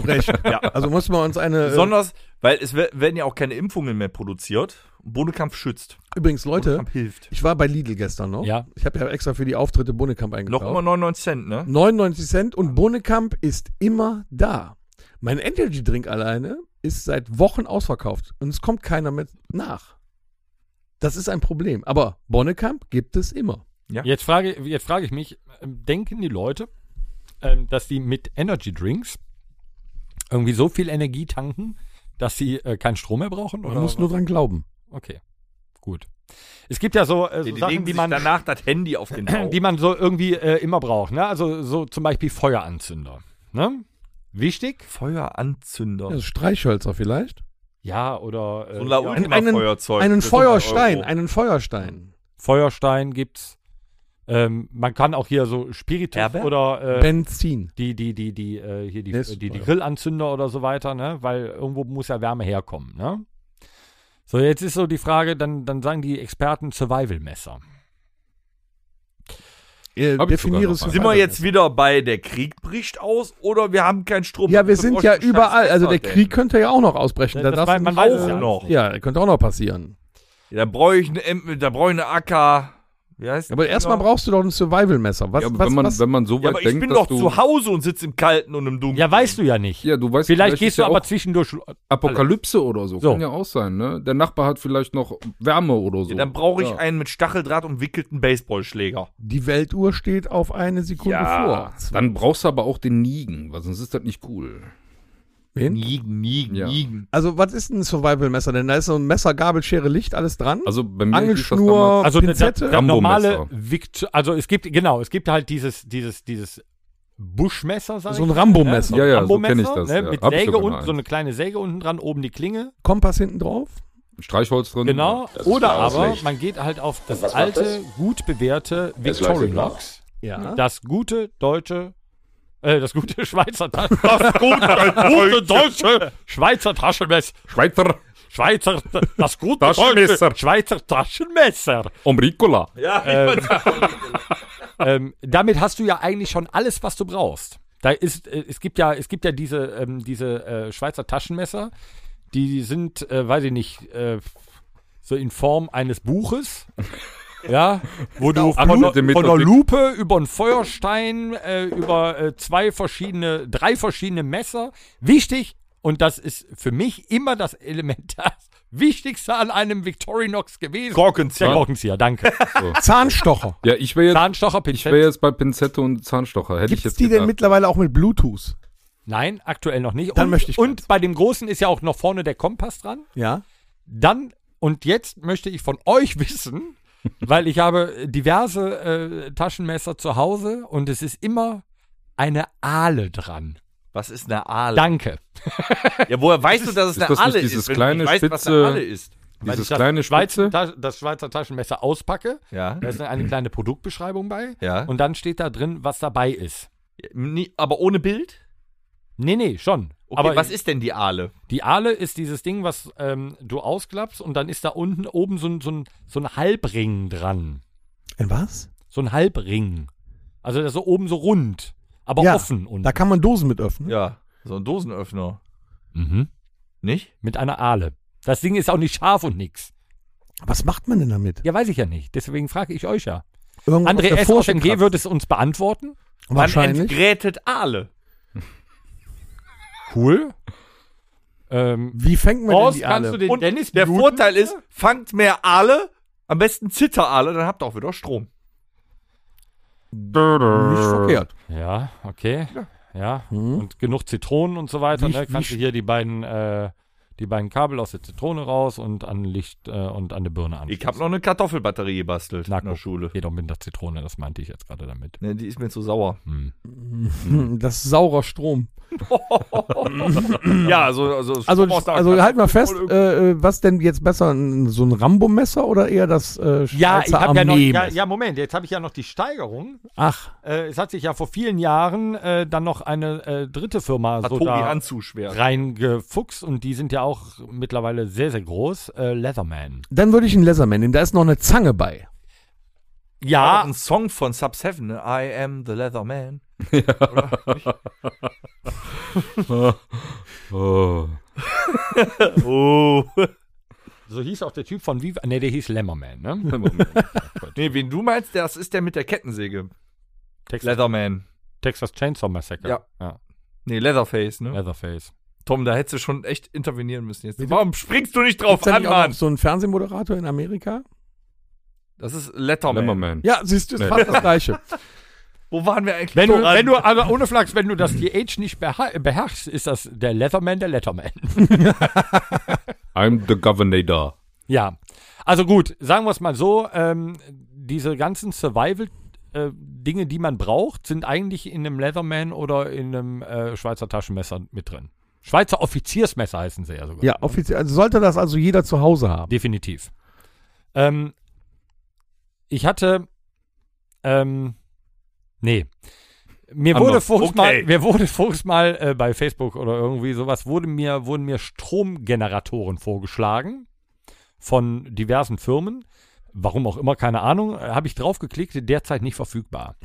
Speaker 3: Recht. Also muss man uns eine. äh,
Speaker 1: Besonders, weil es we- werden ja auch keine Impfungen mehr produziert. Bodenkampf schützt.
Speaker 3: Übrigens, Leute,
Speaker 1: Bodenkampf hilft.
Speaker 3: ich war bei Lidl gestern noch.
Speaker 2: Ja.
Speaker 3: Ich habe ja extra für die Auftritte Bohnekamp
Speaker 1: Noch
Speaker 3: eingekauft.
Speaker 1: immer 99 Cent, ne?
Speaker 3: 99 Cent und Bohnekamp ist immer da. Mein Energy Drink alleine ist seit Wochen ausverkauft und es kommt keiner mit nach. Das ist ein Problem. Aber Bonnekamp gibt es immer.
Speaker 1: Ja.
Speaker 2: Jetzt frage, jetzt frage ich mich, ähm, denken die Leute, ähm, dass die mit Energy Drinks irgendwie so viel Energie tanken, dass sie äh, keinen Strom mehr brauchen?
Speaker 3: Man
Speaker 2: Oder
Speaker 3: muss nur dran glauben.
Speaker 2: okay, gut. Es gibt ja so, äh, so Sachen, die man
Speaker 1: danach das Handy auf den
Speaker 6: Genau.
Speaker 1: Bauch.
Speaker 2: die man so irgendwie äh, immer braucht. Ne? Also so zum Beispiel Feueranzünder. Ne? Wichtig?
Speaker 1: Feueranzünder.
Speaker 3: Also Streichhölzer vielleicht.
Speaker 2: Ja, oder äh,
Speaker 1: so ein
Speaker 2: ja,
Speaker 1: La Ultima
Speaker 3: einen-
Speaker 1: Feuerzeug.
Speaker 3: einen
Speaker 1: für 100
Speaker 3: Feuerstein,
Speaker 1: Euro.
Speaker 3: einen Feuerstein.
Speaker 2: Feuerstein gibt's. Ähm, man kann auch hier so Spiritus
Speaker 1: Herbert?
Speaker 2: oder äh,
Speaker 3: Benzin.
Speaker 2: die, die, die, die, äh, hier die,
Speaker 3: Nee, ist
Speaker 2: die, die
Speaker 3: teuer.
Speaker 2: Grillanzünder oder so weiter, ne? Weil irgendwo muss ja Wärme herkommen, ne? So, jetzt ist so die Frage, dann, dann sagen die Experten Survival-Messer.
Speaker 3: Äh,
Speaker 6: Hab ich sogar
Speaker 3: definiere
Speaker 6: noch
Speaker 3: es.
Speaker 6: einen.
Speaker 1: Sind wir jetzt wieder bei der Krieg bricht aus oder wir haben keinen Strom?
Speaker 3: Ja, wir
Speaker 1: Dafür
Speaker 3: sind
Speaker 1: brauchst du
Speaker 3: ja
Speaker 1: ein scheiß
Speaker 3: überall. Also
Speaker 1: Messer
Speaker 3: der
Speaker 1: denn.
Speaker 3: Krieg könnte ja auch noch ausbrechen.
Speaker 2: Das
Speaker 3: Da darfst
Speaker 2: wei-
Speaker 3: du
Speaker 2: man
Speaker 3: nicht-
Speaker 2: weiß es
Speaker 1: auch
Speaker 2: ja
Speaker 1: noch.
Speaker 3: Ja, könnte auch noch passieren.
Speaker 1: Ja, da brauche ich eine, da brauche ich eine AK. Wie heißt
Speaker 3: Aber
Speaker 1: das
Speaker 3: erstmal
Speaker 1: genau?
Speaker 3: brauchst du doch ein Survival-Messer. Was,
Speaker 6: Ja,
Speaker 3: was,
Speaker 6: wenn, man,
Speaker 3: was?
Speaker 6: wenn man so weit
Speaker 1: Ja, aber ich
Speaker 6: denkt,
Speaker 1: bin
Speaker 6: dass
Speaker 1: doch
Speaker 6: du,
Speaker 1: zu Hause und sitze im Kalten und im Dunkeln.
Speaker 2: Ja, weißt du ja nicht.
Speaker 6: Ja, du weißt,
Speaker 2: vielleicht,
Speaker 6: ist
Speaker 2: gehst du
Speaker 6: ja
Speaker 2: aber
Speaker 6: auch
Speaker 2: zwischendurch.
Speaker 6: Apokalypse oder so.
Speaker 2: So.
Speaker 6: Kann ja auch sein, ne? Der Nachbar hat vielleicht noch Wärme oder so.
Speaker 1: Ja, dann brauche ich
Speaker 6: Ja.
Speaker 1: einen mit Stacheldraht umwickelten Baseballschläger.
Speaker 3: die Weltuhr steht auf eine Sekunde
Speaker 6: Ja,
Speaker 3: vor.
Speaker 6: dann brauchst du aber auch den Nigen, weil sonst ist das nicht cool.
Speaker 3: Wen?
Speaker 1: Niegen, niegen,
Speaker 6: Ja.
Speaker 1: niegen.
Speaker 3: Also, was ist ein Survival-Messer denn? Da ist so ein Messer, Gabel, Schere, Licht, alles dran.
Speaker 6: Also bei mir hieß das
Speaker 3: Angelschnur,
Speaker 6: damals-
Speaker 2: Also eine, das,
Speaker 3: Pinzette.
Speaker 2: das normale
Speaker 6: Rambo-Messer.
Speaker 2: Vikt, also es gibt genau, es gibt halt dieses dieses dieses Buschmesser, sag
Speaker 3: so ein
Speaker 2: ich. ne?
Speaker 3: Rambo-Messer.
Speaker 6: Ja, ja, so
Speaker 2: Rambo-Messer,
Speaker 6: kenne ich das.
Speaker 2: ne,
Speaker 6: ja.
Speaker 2: mit
Speaker 6: Hab ich
Speaker 2: Säge
Speaker 6: sogar noch
Speaker 2: unten, so
Speaker 6: einen.
Speaker 2: eine kleine Säge unten dran, oben die Klinge.
Speaker 3: Kompass hinten drauf.
Speaker 6: Streichholz drin.
Speaker 2: Genau. Oder
Speaker 9: klar, ist
Speaker 2: aber
Speaker 9: schlecht.
Speaker 2: man geht halt auf das
Speaker 9: was macht
Speaker 2: alte,
Speaker 9: das?
Speaker 2: gut bewährte Victorinox.
Speaker 3: Ja.
Speaker 2: Das gute deutsche, äh, das gute Schweizer Taschen. Das gute, gute deutsche Schweizer Taschenmesser.
Speaker 6: Schweizer
Speaker 2: Schweizer, das gute
Speaker 6: Taschenmesser.
Speaker 2: deutsche Schweizer Taschenmesser.
Speaker 6: Umbricola.
Speaker 1: Ja,
Speaker 2: Ähm, damit hast du ja eigentlich schon alles, was du brauchst. Da ist, äh, es gibt ja, es gibt ja diese, ähm, diese äh, Schweizer Taschenmesser, die sind, äh, weiß ich nicht, äh, so in Form eines Buches. Ja, wo du von,
Speaker 6: Blut
Speaker 2: der-
Speaker 6: mit
Speaker 2: von
Speaker 6: und
Speaker 2: der
Speaker 6: dick.
Speaker 2: Lupe über einen Feuerstein, äh, über äh, zwei verschiedene, drei verschiedene Messer. Wichtig, und das ist für mich immer das elementar Wichtigste an einem Victorinox gewesen. Der
Speaker 1: Korkenzieher.
Speaker 2: Korkenzieher, danke.
Speaker 3: Zahnstocher.
Speaker 6: Ja, ich wäre jetzt,
Speaker 2: Zahnstocher,
Speaker 6: ich wär jetzt bei Pinzette und Zahnstocher. Hätte ich
Speaker 3: Gibt's
Speaker 6: jetzt
Speaker 3: die denn
Speaker 6: gedacht.
Speaker 3: mittlerweile auch mit Bluetooth?
Speaker 2: Nein, aktuell noch nicht.
Speaker 3: Dann
Speaker 2: und,
Speaker 3: möchte ich
Speaker 2: Und
Speaker 3: keins.
Speaker 2: bei dem großen ist ja auch noch vorne der Kompass dran.
Speaker 3: Ja.
Speaker 2: Dann und jetzt möchte ich von euch wissen, weil ich habe diverse äh, Taschenmesser zu Hause und es ist immer eine Aale dran.
Speaker 1: Was ist eine Aale?
Speaker 2: Danke.
Speaker 1: Ja, woher weißt du, dass es
Speaker 6: ist
Speaker 1: eine
Speaker 6: das nicht
Speaker 1: Aale
Speaker 6: dieses
Speaker 1: ist? wenn du
Speaker 6: kleine,
Speaker 1: nicht weißt, was eine
Speaker 6: spitze-
Speaker 1: Aale ist.
Speaker 2: Weil
Speaker 6: Dieses
Speaker 2: ich das
Speaker 6: kleine
Speaker 2: Schweizer,
Speaker 6: Spitze.
Speaker 2: Tas- das Schweizer Taschenmesser auspacke.
Speaker 1: Ja.
Speaker 2: Da ist eine kleine Produktbeschreibung bei.
Speaker 1: Ja.
Speaker 2: Und dann steht da drin, was dabei ist.
Speaker 1: Nie- Aber ohne Bild?
Speaker 2: Nee, nee, schon.
Speaker 1: Okay,
Speaker 2: Aber
Speaker 1: was ist denn die Aale?
Speaker 2: Die Aale ist dieses Ding, was ähm, du ausklappst und dann ist da unten oben so ein, so ein, so ein Halbring dran.
Speaker 3: Ein was?
Speaker 2: So ein Halbring. Also das ist so oben so rund, aber
Speaker 3: Ja,
Speaker 2: offen und
Speaker 3: Da kann man Dosen mit öffnen.
Speaker 1: Ja, so ein Dosenöffner.
Speaker 2: mhm.
Speaker 1: Nicht?
Speaker 2: mit einer Aale. Das Ding ist auch nicht scharf und nix.
Speaker 3: Was macht man denn damit?
Speaker 2: Ja, weiß ich ja nicht. Deswegen frage ich euch ja.
Speaker 3: Irgendwas
Speaker 2: André
Speaker 3: der
Speaker 2: S. aus
Speaker 3: Forschung
Speaker 2: MG
Speaker 3: kratzt.
Speaker 2: wird es uns beantworten.
Speaker 1: Man
Speaker 3: wahrscheinlich.
Speaker 1: entgrätet Aale.
Speaker 2: Cool. Ähm,
Speaker 3: Hm, Wie fängt man
Speaker 2: Horst,
Speaker 3: denn die
Speaker 2: kannst du
Speaker 3: alle?
Speaker 2: den
Speaker 1: Und
Speaker 2: Dennis
Speaker 1: der
Speaker 2: muten?
Speaker 1: Vorteil ist, fangt mehr Aale, am besten Zitteraale, dann habt ihr auch wieder Strom.
Speaker 3: Nicht verkehrt.
Speaker 2: Ja, okay. Ja.
Speaker 3: Hm.
Speaker 2: Und genug Zitronen und so weiter.
Speaker 3: Wie-
Speaker 2: ne?
Speaker 3: wie
Speaker 2: Kannst du
Speaker 3: sch-
Speaker 2: hier die beiden, äh, die beiden Kabel aus der Zitrone raus und an Licht äh, und an die Birne an.
Speaker 1: Ich habe noch eine Kartoffelbatterie gebastelt
Speaker 2: Na,
Speaker 1: in der
Speaker 2: guck.
Speaker 1: Schule.
Speaker 2: Jedoch mit der Zitrone, das meinte ich jetzt gerade damit.
Speaker 1: Ne, die ist mir zu sauer.
Speaker 2: Hm.
Speaker 3: Hm, Das ist saurer Strom.
Speaker 1: ja, also, also,
Speaker 3: Also,
Speaker 1: Strom aus der
Speaker 3: also halt mal fest,
Speaker 1: Kartoffel-
Speaker 3: äh, äh, was denn jetzt besser, n- so ein Rambo-Messer oder eher das äh,
Speaker 2: Ja, ich
Speaker 3: Schweizer
Speaker 2: habe ja noch. Ja,
Speaker 3: Armeemesser?
Speaker 2: ja, Moment, jetzt habe ich ja noch die Steigerung.
Speaker 3: Ach,
Speaker 2: Äh, es hat sich ja vor vielen Jahren äh, dann noch eine äh, dritte Firma
Speaker 1: hat
Speaker 2: so
Speaker 1: Tobi
Speaker 2: da
Speaker 1: anzuschwert.
Speaker 2: reingefuchst und die sind ja auch mittlerweile sehr, sehr groß. Äh, Leatherman.
Speaker 3: dann würde ich einen Laserman nehmen. Da ist noch eine Zange bei.
Speaker 1: Ja.
Speaker 2: Ja,
Speaker 1: Ein Song von Sub 7, ne? I am the Leatherman.
Speaker 6: Oh.
Speaker 1: Oh.
Speaker 2: so hieß auch der Typ von Viva. Ne, der hieß Lemmerman,
Speaker 6: Oh.
Speaker 2: ne?
Speaker 1: Nee, wen du meinst, das ist der mit der Kettensäge.
Speaker 2: Texas,
Speaker 1: Leatherman.
Speaker 2: Texas Chainsaw Massacre.
Speaker 1: Ja. Nee, Leatherface, ne?
Speaker 2: Leatherface.
Speaker 1: Tom, da hättest du schon echt intervenieren müssen jetzt. Warum springst du nicht drauf
Speaker 3: Gibt's da
Speaker 1: an,
Speaker 3: nicht auch noch
Speaker 1: Mann?
Speaker 3: so ein Fernsehmoderator in Amerika?
Speaker 1: Das ist Letterman.
Speaker 6: Lemmerman.
Speaker 3: Ja, siehst du, ist
Speaker 6: Nee.
Speaker 3: fast das Gleiche.
Speaker 1: Wo waren wir eigentlich?
Speaker 2: Wenn du,
Speaker 1: So ran-
Speaker 2: wenn du, also ohne Flachs, wenn du das DH nicht beha- beherrschst, ist das der Leatherman der Letterman.
Speaker 6: I'm the Governor.
Speaker 2: Ja, also gut, sagen wir es mal so, ähm, diese ganzen Survival-Dinge, die man braucht, sind eigentlich in einem Leatherman oder in einem äh, Schweizer Taschenmesser mit drin. Schweizer Offiziersmesser heißen sie ja sogar.
Speaker 3: Ja, offiziell. Also sollte das also jeder zu Hause haben.
Speaker 2: Definitiv. Ähm, ich hatte, ähm, nee. Mir
Speaker 6: Anders.
Speaker 2: wurde, voriges
Speaker 1: Okay.
Speaker 2: mal, mir wurde voriges Mal äh, bei Facebook oder irgendwie sowas, wurde mir, wurden mir Stromgeneratoren vorgeschlagen von diversen Firmen. Warum auch immer, keine Ahnung. Äh, Habe ich draufgeklickt, derzeit nicht verfügbar.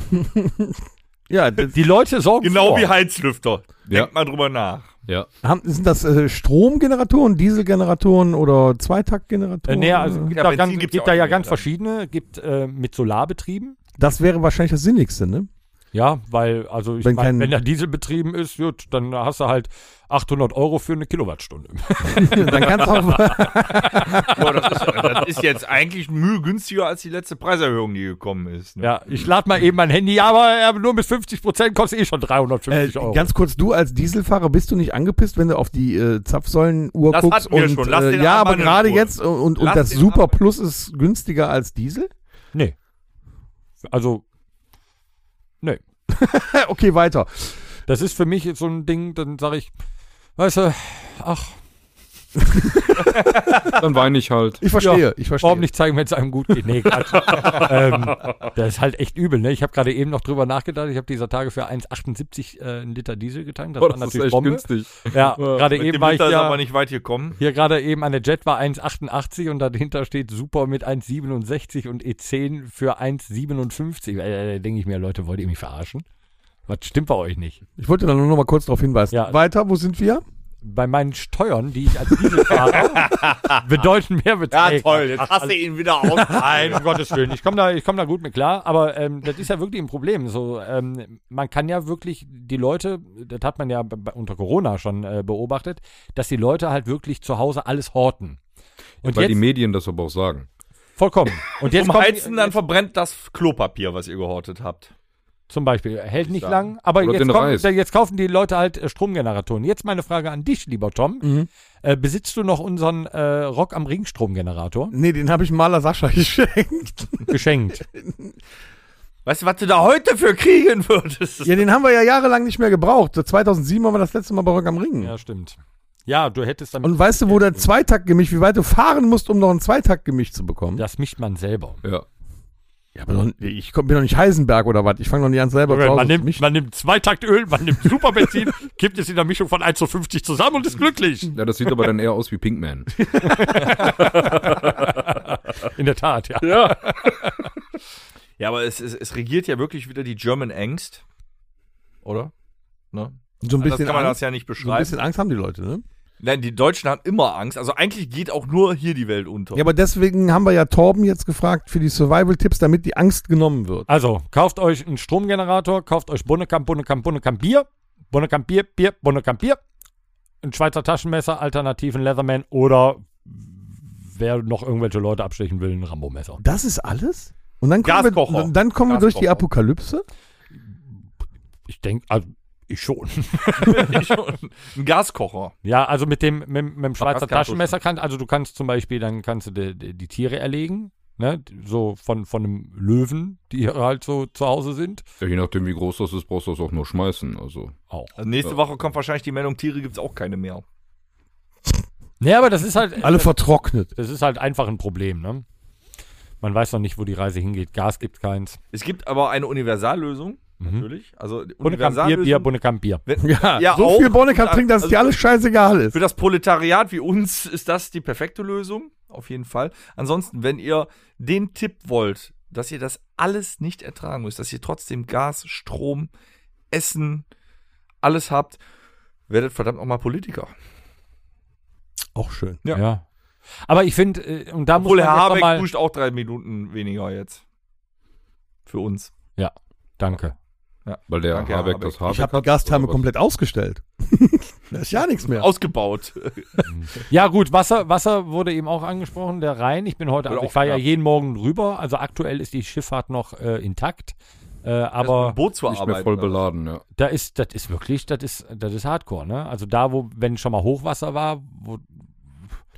Speaker 3: Ja, d-
Speaker 2: Die Leute sorgen
Speaker 1: genau
Speaker 2: vor. Äh,
Speaker 1: wie Heizlüfter.
Speaker 6: Ja.
Speaker 1: Denk mal drüber nach.
Speaker 6: Ja.
Speaker 3: Haben, sind das äh, Stromgeneratoren, Dieselgeneratoren oder
Speaker 2: Äh,
Speaker 3: Zweitaktgeneratoren?
Speaker 2: nee, also gibt
Speaker 1: Ja,
Speaker 2: da,
Speaker 1: Benzin
Speaker 2: ganz,
Speaker 1: gibt's
Speaker 2: gibt
Speaker 1: ja
Speaker 2: da
Speaker 1: auch
Speaker 2: ja
Speaker 1: nicht
Speaker 2: ganz
Speaker 1: mehr,
Speaker 2: verschiedene. Gibt äh, mit Solar betrieben.
Speaker 3: das wäre wahrscheinlich das Sinnigste, ne?
Speaker 2: Ja, weil, also ich
Speaker 3: Wenn
Speaker 2: meine,
Speaker 3: kein-
Speaker 2: wenn der Diesel betrieben ist, gut, dann hast du halt 800 Euro für eine Kilowattstunde.
Speaker 3: Dann kannst du auch.
Speaker 1: Boah, das, ist, das ist jetzt eigentlich mühe günstiger als die letzte Preiserhöhung, die gekommen ist. Ne?
Speaker 2: ja, ich lade mal eben mein Handy, aber äh, nur bis 50 Prozent kostet eh schon 350 Euro.
Speaker 3: Äh, ganz kurz, du als Dieselfahrer bist du nicht angepisst, wenn du auf die äh, Zapfsäulenuhr
Speaker 1: Das
Speaker 3: guckst?
Speaker 1: hatten wir
Speaker 3: und,
Speaker 1: schon. Lass
Speaker 3: äh,
Speaker 1: den
Speaker 3: ja,
Speaker 1: Arm
Speaker 3: aber
Speaker 1: an in
Speaker 3: gerade
Speaker 1: Ruhe.
Speaker 3: jetzt äh, und, und
Speaker 1: Lass
Speaker 3: das
Speaker 1: den
Speaker 3: Super
Speaker 1: Arm-
Speaker 3: Plus ist günstiger als Diesel?
Speaker 2: nee. Also, nee.
Speaker 3: Äh, okay, weiter.
Speaker 2: Das ist für mich jetzt so ein Ding, dann sage ich, weißt du, ach,
Speaker 6: Dann weine ich halt.
Speaker 3: Ich verstehe, ich verstehe.
Speaker 2: warum nicht zeigen, wenn es einem gut geht? Nee, Quatsch. ähm, das ist halt echt übel, ne? Ich habe gerade eben noch drüber nachgedacht, ich habe dieser Tage für 1,78 äh, einen Liter Diesel getankt. Das
Speaker 6: Boah,
Speaker 2: war
Speaker 6: Oh, das ist
Speaker 2: natürlich
Speaker 6: echt
Speaker 2: Bombe.
Speaker 6: günstig.
Speaker 2: Ja, gerade
Speaker 1: Mit
Speaker 2: eben
Speaker 1: dem
Speaker 2: war ich
Speaker 1: Winter ist
Speaker 2: ja,
Speaker 1: aber nicht weit gekommen.
Speaker 2: Hier gerade eben an der Jet war 1,88 und dahinter steht Super mit 1,67 und E10 für 1,57. Äh, da denke ich mir, Leute, wollt ihr mich verarschen? Was stimmt bei euch nicht?
Speaker 3: Ich wollte da nur noch mal kurz darauf hinweisen.
Speaker 2: Ja.
Speaker 3: Weiter, wo sind wir?
Speaker 2: Bei meinen Steuern, die ich als Dieselfahrer bedeuten mehr Beträge.
Speaker 1: jetzt hast du ihn wieder aus.
Speaker 2: Nein, um Gottes Willen. Ich komme da, ich komm da gut mit klar, aber ähm, das ist ja wirklich ein Problem. So, ähm, man kann ja wirklich die Leute, das hat man ja b- b- unter Corona schon äh, beobachtet, dass die Leute halt wirklich zu Hause alles horten. Und
Speaker 6: Weil die
Speaker 2: jetzt,
Speaker 6: Medien das aber auch sagen.
Speaker 2: vollkommen. Und jetzt
Speaker 1: Zum
Speaker 2: kommen-
Speaker 1: Heizen, dann verbrennt das Klopapier, was ihr gehortet habt.
Speaker 2: Zum Beispiel. Hält nicht lang, aber
Speaker 6: Oder
Speaker 2: jetzt,
Speaker 6: den
Speaker 2: kommen,
Speaker 6: Reis.
Speaker 2: da- jetzt kaufen die Leute halt äh, Stromgeneratoren. Jetzt meine Frage an dich, lieber Tom. Äh, besitzt du noch unseren äh, Rock am Ring Stromgenerator?
Speaker 3: Nee, den habe ich Maler Sascha geschenkt.
Speaker 2: Geschenkt.
Speaker 1: Weißt du, was du da heute für kriegen würdest?
Speaker 3: Ja, den haben wir ja jahrelang nicht mehr gebraucht. 2007 waren wir das letzte Mal bei Rock am Ring.
Speaker 2: ja, stimmt. Ja, du hättest dann.
Speaker 3: Und weißt du, wo der Zweitaktgemisch, wie weit du fahren musst, um noch ein Zweitaktgemisch zu bekommen?
Speaker 2: das mischt man selber.
Speaker 6: Ja.
Speaker 3: Ja, aber noch, ich komm, bin doch nicht Heisenberg oder was. Ich fange noch nicht an selber zu Hause
Speaker 2: Man
Speaker 3: zu
Speaker 2: nimmt,
Speaker 3: mischen.
Speaker 2: man nimmt Zweitaktöl, man nimmt Superbenzin, kippt es in der Mischung von 1 zu 50 zusammen und ist glücklich.
Speaker 6: Ja, das sieht aber dann eher aus wie Pinkman.
Speaker 2: In der Tat, ja.
Speaker 1: Ja, aber es, es, es regiert ja wirklich wieder die German Angst. Oder? Ne?
Speaker 3: so ein
Speaker 1: Anders
Speaker 3: bisschen
Speaker 1: kann man das
Speaker 3: Angst,
Speaker 1: ja nicht
Speaker 3: so ein
Speaker 1: beschreiben.
Speaker 3: bisschen Angst haben die Leute, ne?
Speaker 1: Nein, die Deutschen haben immer Angst. Also eigentlich geht auch nur hier die Welt unter.
Speaker 3: Ja, aber deswegen haben wir ja Torben jetzt gefragt für die Survival-Tipps, damit die Angst genommen wird.
Speaker 2: Also, kauft euch einen Stromgenerator, kauft euch Bonnekamp, Bonnekamp, Bonnekamp Bier, Bonnekamp Bier, Bier, Bonnekamp Bier, ein Schweizer Taschenmesser, alternativen Leatherman oder wer noch irgendwelche Leute abstechen will, ein Rambo-Messer.
Speaker 3: Das ist alles? Und dann kommen,
Speaker 1: Gaskocher.
Speaker 3: wir, dann kommen wir durch die
Speaker 1: Gaskocher.
Speaker 3: Apokalypse?
Speaker 2: Ich denke, also ich schon.
Speaker 1: Ich- Ein Gaskocher.
Speaker 2: Ja, also mit dem, mit, mit dem Schweizer
Speaker 1: das kann
Speaker 2: Taschenmesser kann, also du kannst zum Beispiel, dann kannst du die, die, die Tiere erlegen, ne? so von, von einem Löwen, die halt so zu Hause sind.
Speaker 6: Ja, je nachdem, wie groß das ist, brauchst du das auch nur schmeißen. Also.
Speaker 2: Auch.
Speaker 1: Also nächste Woche kommt wahrscheinlich die Meldung, Tiere gibt's auch keine mehr.
Speaker 2: Ja, aber das ist halt,
Speaker 3: Alle vertrocknet.
Speaker 2: Das ist halt einfach ein Problem, ne? Man weiß noch nicht, wo die Reise hingeht. Gas gibt keins.
Speaker 1: Es gibt aber eine Universallösung,
Speaker 3: Mhm.
Speaker 1: natürlich. Also die
Speaker 2: Bunnekamp Bier, Bier,
Speaker 1: Universallösung.
Speaker 2: Bunnekamp Bier.
Speaker 1: Wenn-
Speaker 3: Ja,
Speaker 1: Ja,
Speaker 3: so
Speaker 1: auch.
Speaker 3: viel Bonnekamp trinken, dass es
Speaker 1: Also-
Speaker 3: dir alles scheißegal ist.
Speaker 1: Für das Proletariat wie uns ist das die perfekte Lösung, auf jeden Fall. Ansonsten, wenn ihr den Tipp wollt, dass ihr das alles nicht ertragen müsst, dass ihr trotzdem Gas, Strom, Essen, alles habt, werdet verdammt nochmal Politiker.
Speaker 3: Auch schön.
Speaker 1: Ja.
Speaker 2: Aber ich finde, äh, und da
Speaker 1: Obwohl
Speaker 2: muss
Speaker 1: Herr
Speaker 2: man jetzt noch
Speaker 1: Habeck
Speaker 2: mal...
Speaker 1: pusht auch drei Minuten weniger jetzt. Für uns.
Speaker 2: Danke.
Speaker 6: Weil der
Speaker 1: Danke,
Speaker 6: Habeck
Speaker 1: Habeck.
Speaker 6: das Habeck
Speaker 3: Ich habe die
Speaker 6: hat,
Speaker 3: Gastherme
Speaker 6: oder was?
Speaker 3: komplett ausgestellt. da ist ja nichts mehr.
Speaker 1: Ausgebaut.
Speaker 2: Ja gut, Wasser, Wasser wurde eben auch angesprochen, der Rhein. Ich bin heute,
Speaker 1: Wurde
Speaker 2: also ich
Speaker 1: auch
Speaker 2: fahre ja
Speaker 1: knapp.
Speaker 2: jeden Morgen rüber. Also aktuell ist die Schifffahrt noch äh, intakt. Äh, aber
Speaker 1: ein Boot zu also.
Speaker 6: Nicht mehr voll beladen, ja.
Speaker 2: da ist, das ist wirklich, das ist, das ist Hardcore, ne? Also da, wo, wenn schon mal Hochwasser war, wo,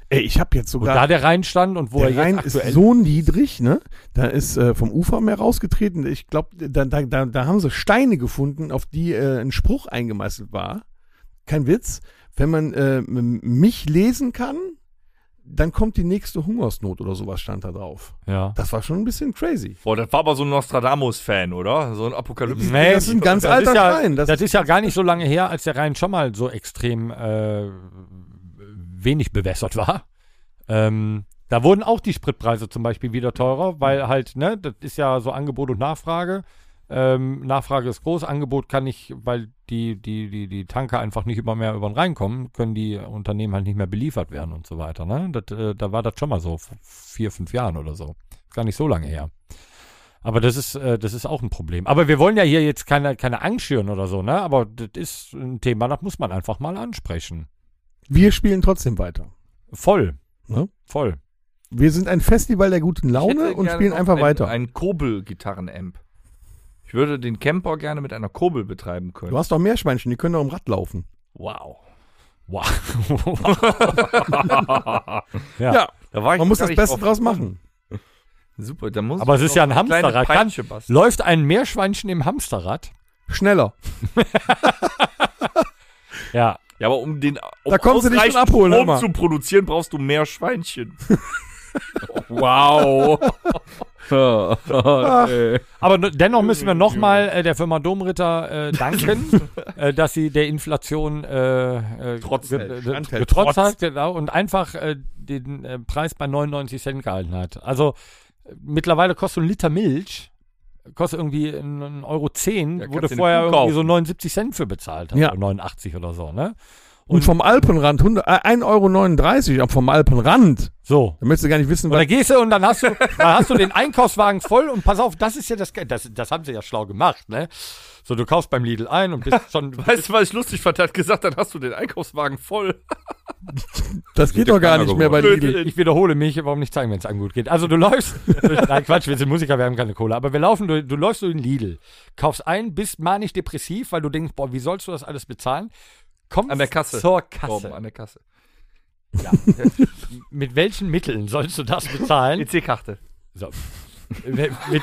Speaker 3: Ey, ich habe jetzt
Speaker 2: wo
Speaker 3: sogar.
Speaker 2: da der Rhein stand und wo
Speaker 3: der
Speaker 2: er
Speaker 3: Rhein
Speaker 2: jetzt
Speaker 3: ist
Speaker 2: aktuell
Speaker 3: so niedrig, ne? Da ist äh, vom Ufer mehr rausgetreten. Ich glaube, da, da, da, da haben sie Steine gefunden, auf die äh, ein Spruch eingemeißelt war. Kein Witz. Wenn man äh, m- mich lesen kann, dann kommt die nächste Hungersnot oder sowas stand da drauf.
Speaker 2: Ja.
Speaker 3: Das war schon ein bisschen crazy.
Speaker 1: Boah, das war aber so ein Nostradamus-Fan, oder? So ein Apokalypse.
Speaker 2: Äh, Nee,
Speaker 3: das ist ein ganz
Speaker 2: das
Speaker 3: alter
Speaker 2: ist ja,
Speaker 3: Stein.
Speaker 2: Das, ist ja gar nicht so lange her, als der Rhein schon mal so extrem äh, wenig bewässert war. Ähm, da wurden auch die Spritpreise zum Beispiel wieder teurer, weil halt, ne, das ist ja so Angebot und Nachfrage. Ähm, Nachfrage ist groß, Angebot kann nicht, weil die, die, die, die Tanker einfach nicht immer mehr über den Rhein kommen, können die Unternehmen halt nicht mehr beliefert werden und so weiter. Ne? Das, äh, da war das schon mal so, vor vier, fünf Jahren oder so. Ist gar nicht so lange her. Aber das ist, äh, das ist auch ein Problem. Aber wir wollen ja hier jetzt keine, keine Angst schüren oder so, ne? Aber das ist ein Thema, das muss man einfach mal ansprechen.
Speaker 3: Wir spielen trotzdem weiter.
Speaker 2: Voll.
Speaker 3: Ne?
Speaker 2: Voll.
Speaker 3: Wir sind ein Festival der guten Laune und spielen einfach
Speaker 1: ein,
Speaker 3: weiter.
Speaker 1: Ein Kobel-Gitarren-Amp. Ich würde den Camper gerne mit einer Kobel betreiben können.
Speaker 3: du hast doch Meerschweinchen, die können doch im Rad laufen.
Speaker 1: Wow.
Speaker 2: Wow. ja.
Speaker 1: Da war ich
Speaker 3: Man muss
Speaker 1: gar
Speaker 3: das
Speaker 1: nicht
Speaker 3: Beste
Speaker 1: drauf
Speaker 3: draus
Speaker 1: gekommen.
Speaker 3: machen.
Speaker 1: Super, da muss
Speaker 2: Aber es
Speaker 1: ich
Speaker 2: ist ja ein
Speaker 1: noch eine kleine
Speaker 2: Hamsterrad. Kann,
Speaker 1: Peitsche basteln.
Speaker 2: läuft ein Meerschweinchen im Hamsterrad?
Speaker 3: Schneller.
Speaker 2: Ja.
Speaker 1: Ja, aber um den um
Speaker 3: Da kommen sie nicht
Speaker 1: ausreichend
Speaker 3: von abholen, hör
Speaker 1: Strom
Speaker 3: mal.
Speaker 1: zu produzieren, brauchst du mehr Schweinchen. wow.
Speaker 2: Aber no- dennoch müssen wir nochmal äh, der Firma Domritter äh, danken, äh, dass sie der Inflation äh, äh,
Speaker 1: Trotz hält,
Speaker 2: ge-
Speaker 3: standhält.
Speaker 2: getrotzt
Speaker 1: Trotz.
Speaker 2: hat genau, und einfach äh, den äh, Preis bei 99 Cent gehalten hat. Also äh, mittlerweile kostet ein Liter Milch, kostet irgendwie ein- ein Euro 10,
Speaker 1: Ja,
Speaker 2: wurde
Speaker 1: kannst du
Speaker 2: vorher
Speaker 1: eine Kuh
Speaker 2: irgendwie so
Speaker 1: kaufen.
Speaker 2: 79 Cent für bezahlt,
Speaker 3: Ja.
Speaker 2: oder 89 oder so. Ne?
Speaker 3: Und, vom Alpenrand 100 äh, 1,39 Euro, aber vom Alpenrand.
Speaker 2: So,
Speaker 3: Da möchtest du gar nicht wissen,
Speaker 2: Und
Speaker 3: was.
Speaker 2: dann gehst du und dann hast du, dann hast du den Einkaufswagen voll und pass auf, das ist ja das, Ge- das, das haben sie ja schlau gemacht, ne? So, du kaufst beim Lidl ein und bist schon,
Speaker 1: Weißt du, was ich lustig fand? Er hat gesagt, dann hast du den Einkaufswagen voll.
Speaker 3: Das geht doch gar
Speaker 6: keiner
Speaker 3: nicht mehr bei
Speaker 1: geworden.
Speaker 3: Lidl.
Speaker 2: ich wiederhole mich, warum nicht zeigen, wenn es einem gut geht. Also du läufst, nein Quatsch, wir sind Musiker, wir haben keine Kohle, aber wir laufen, du, du läufst durch den Lidl, kaufst ein, bist manisch depressiv, weil du denkst, boah, wie sollst du das alles bezahlen? Kommst
Speaker 1: An der Kasse.
Speaker 2: zur
Speaker 1: Torben,
Speaker 2: Kasse.
Speaker 1: an der Kasse.
Speaker 2: Mit welchen Mitteln sollst du das
Speaker 1: E
Speaker 2: bezahlen?
Speaker 1: EC-Karte.
Speaker 2: So. mit, mit-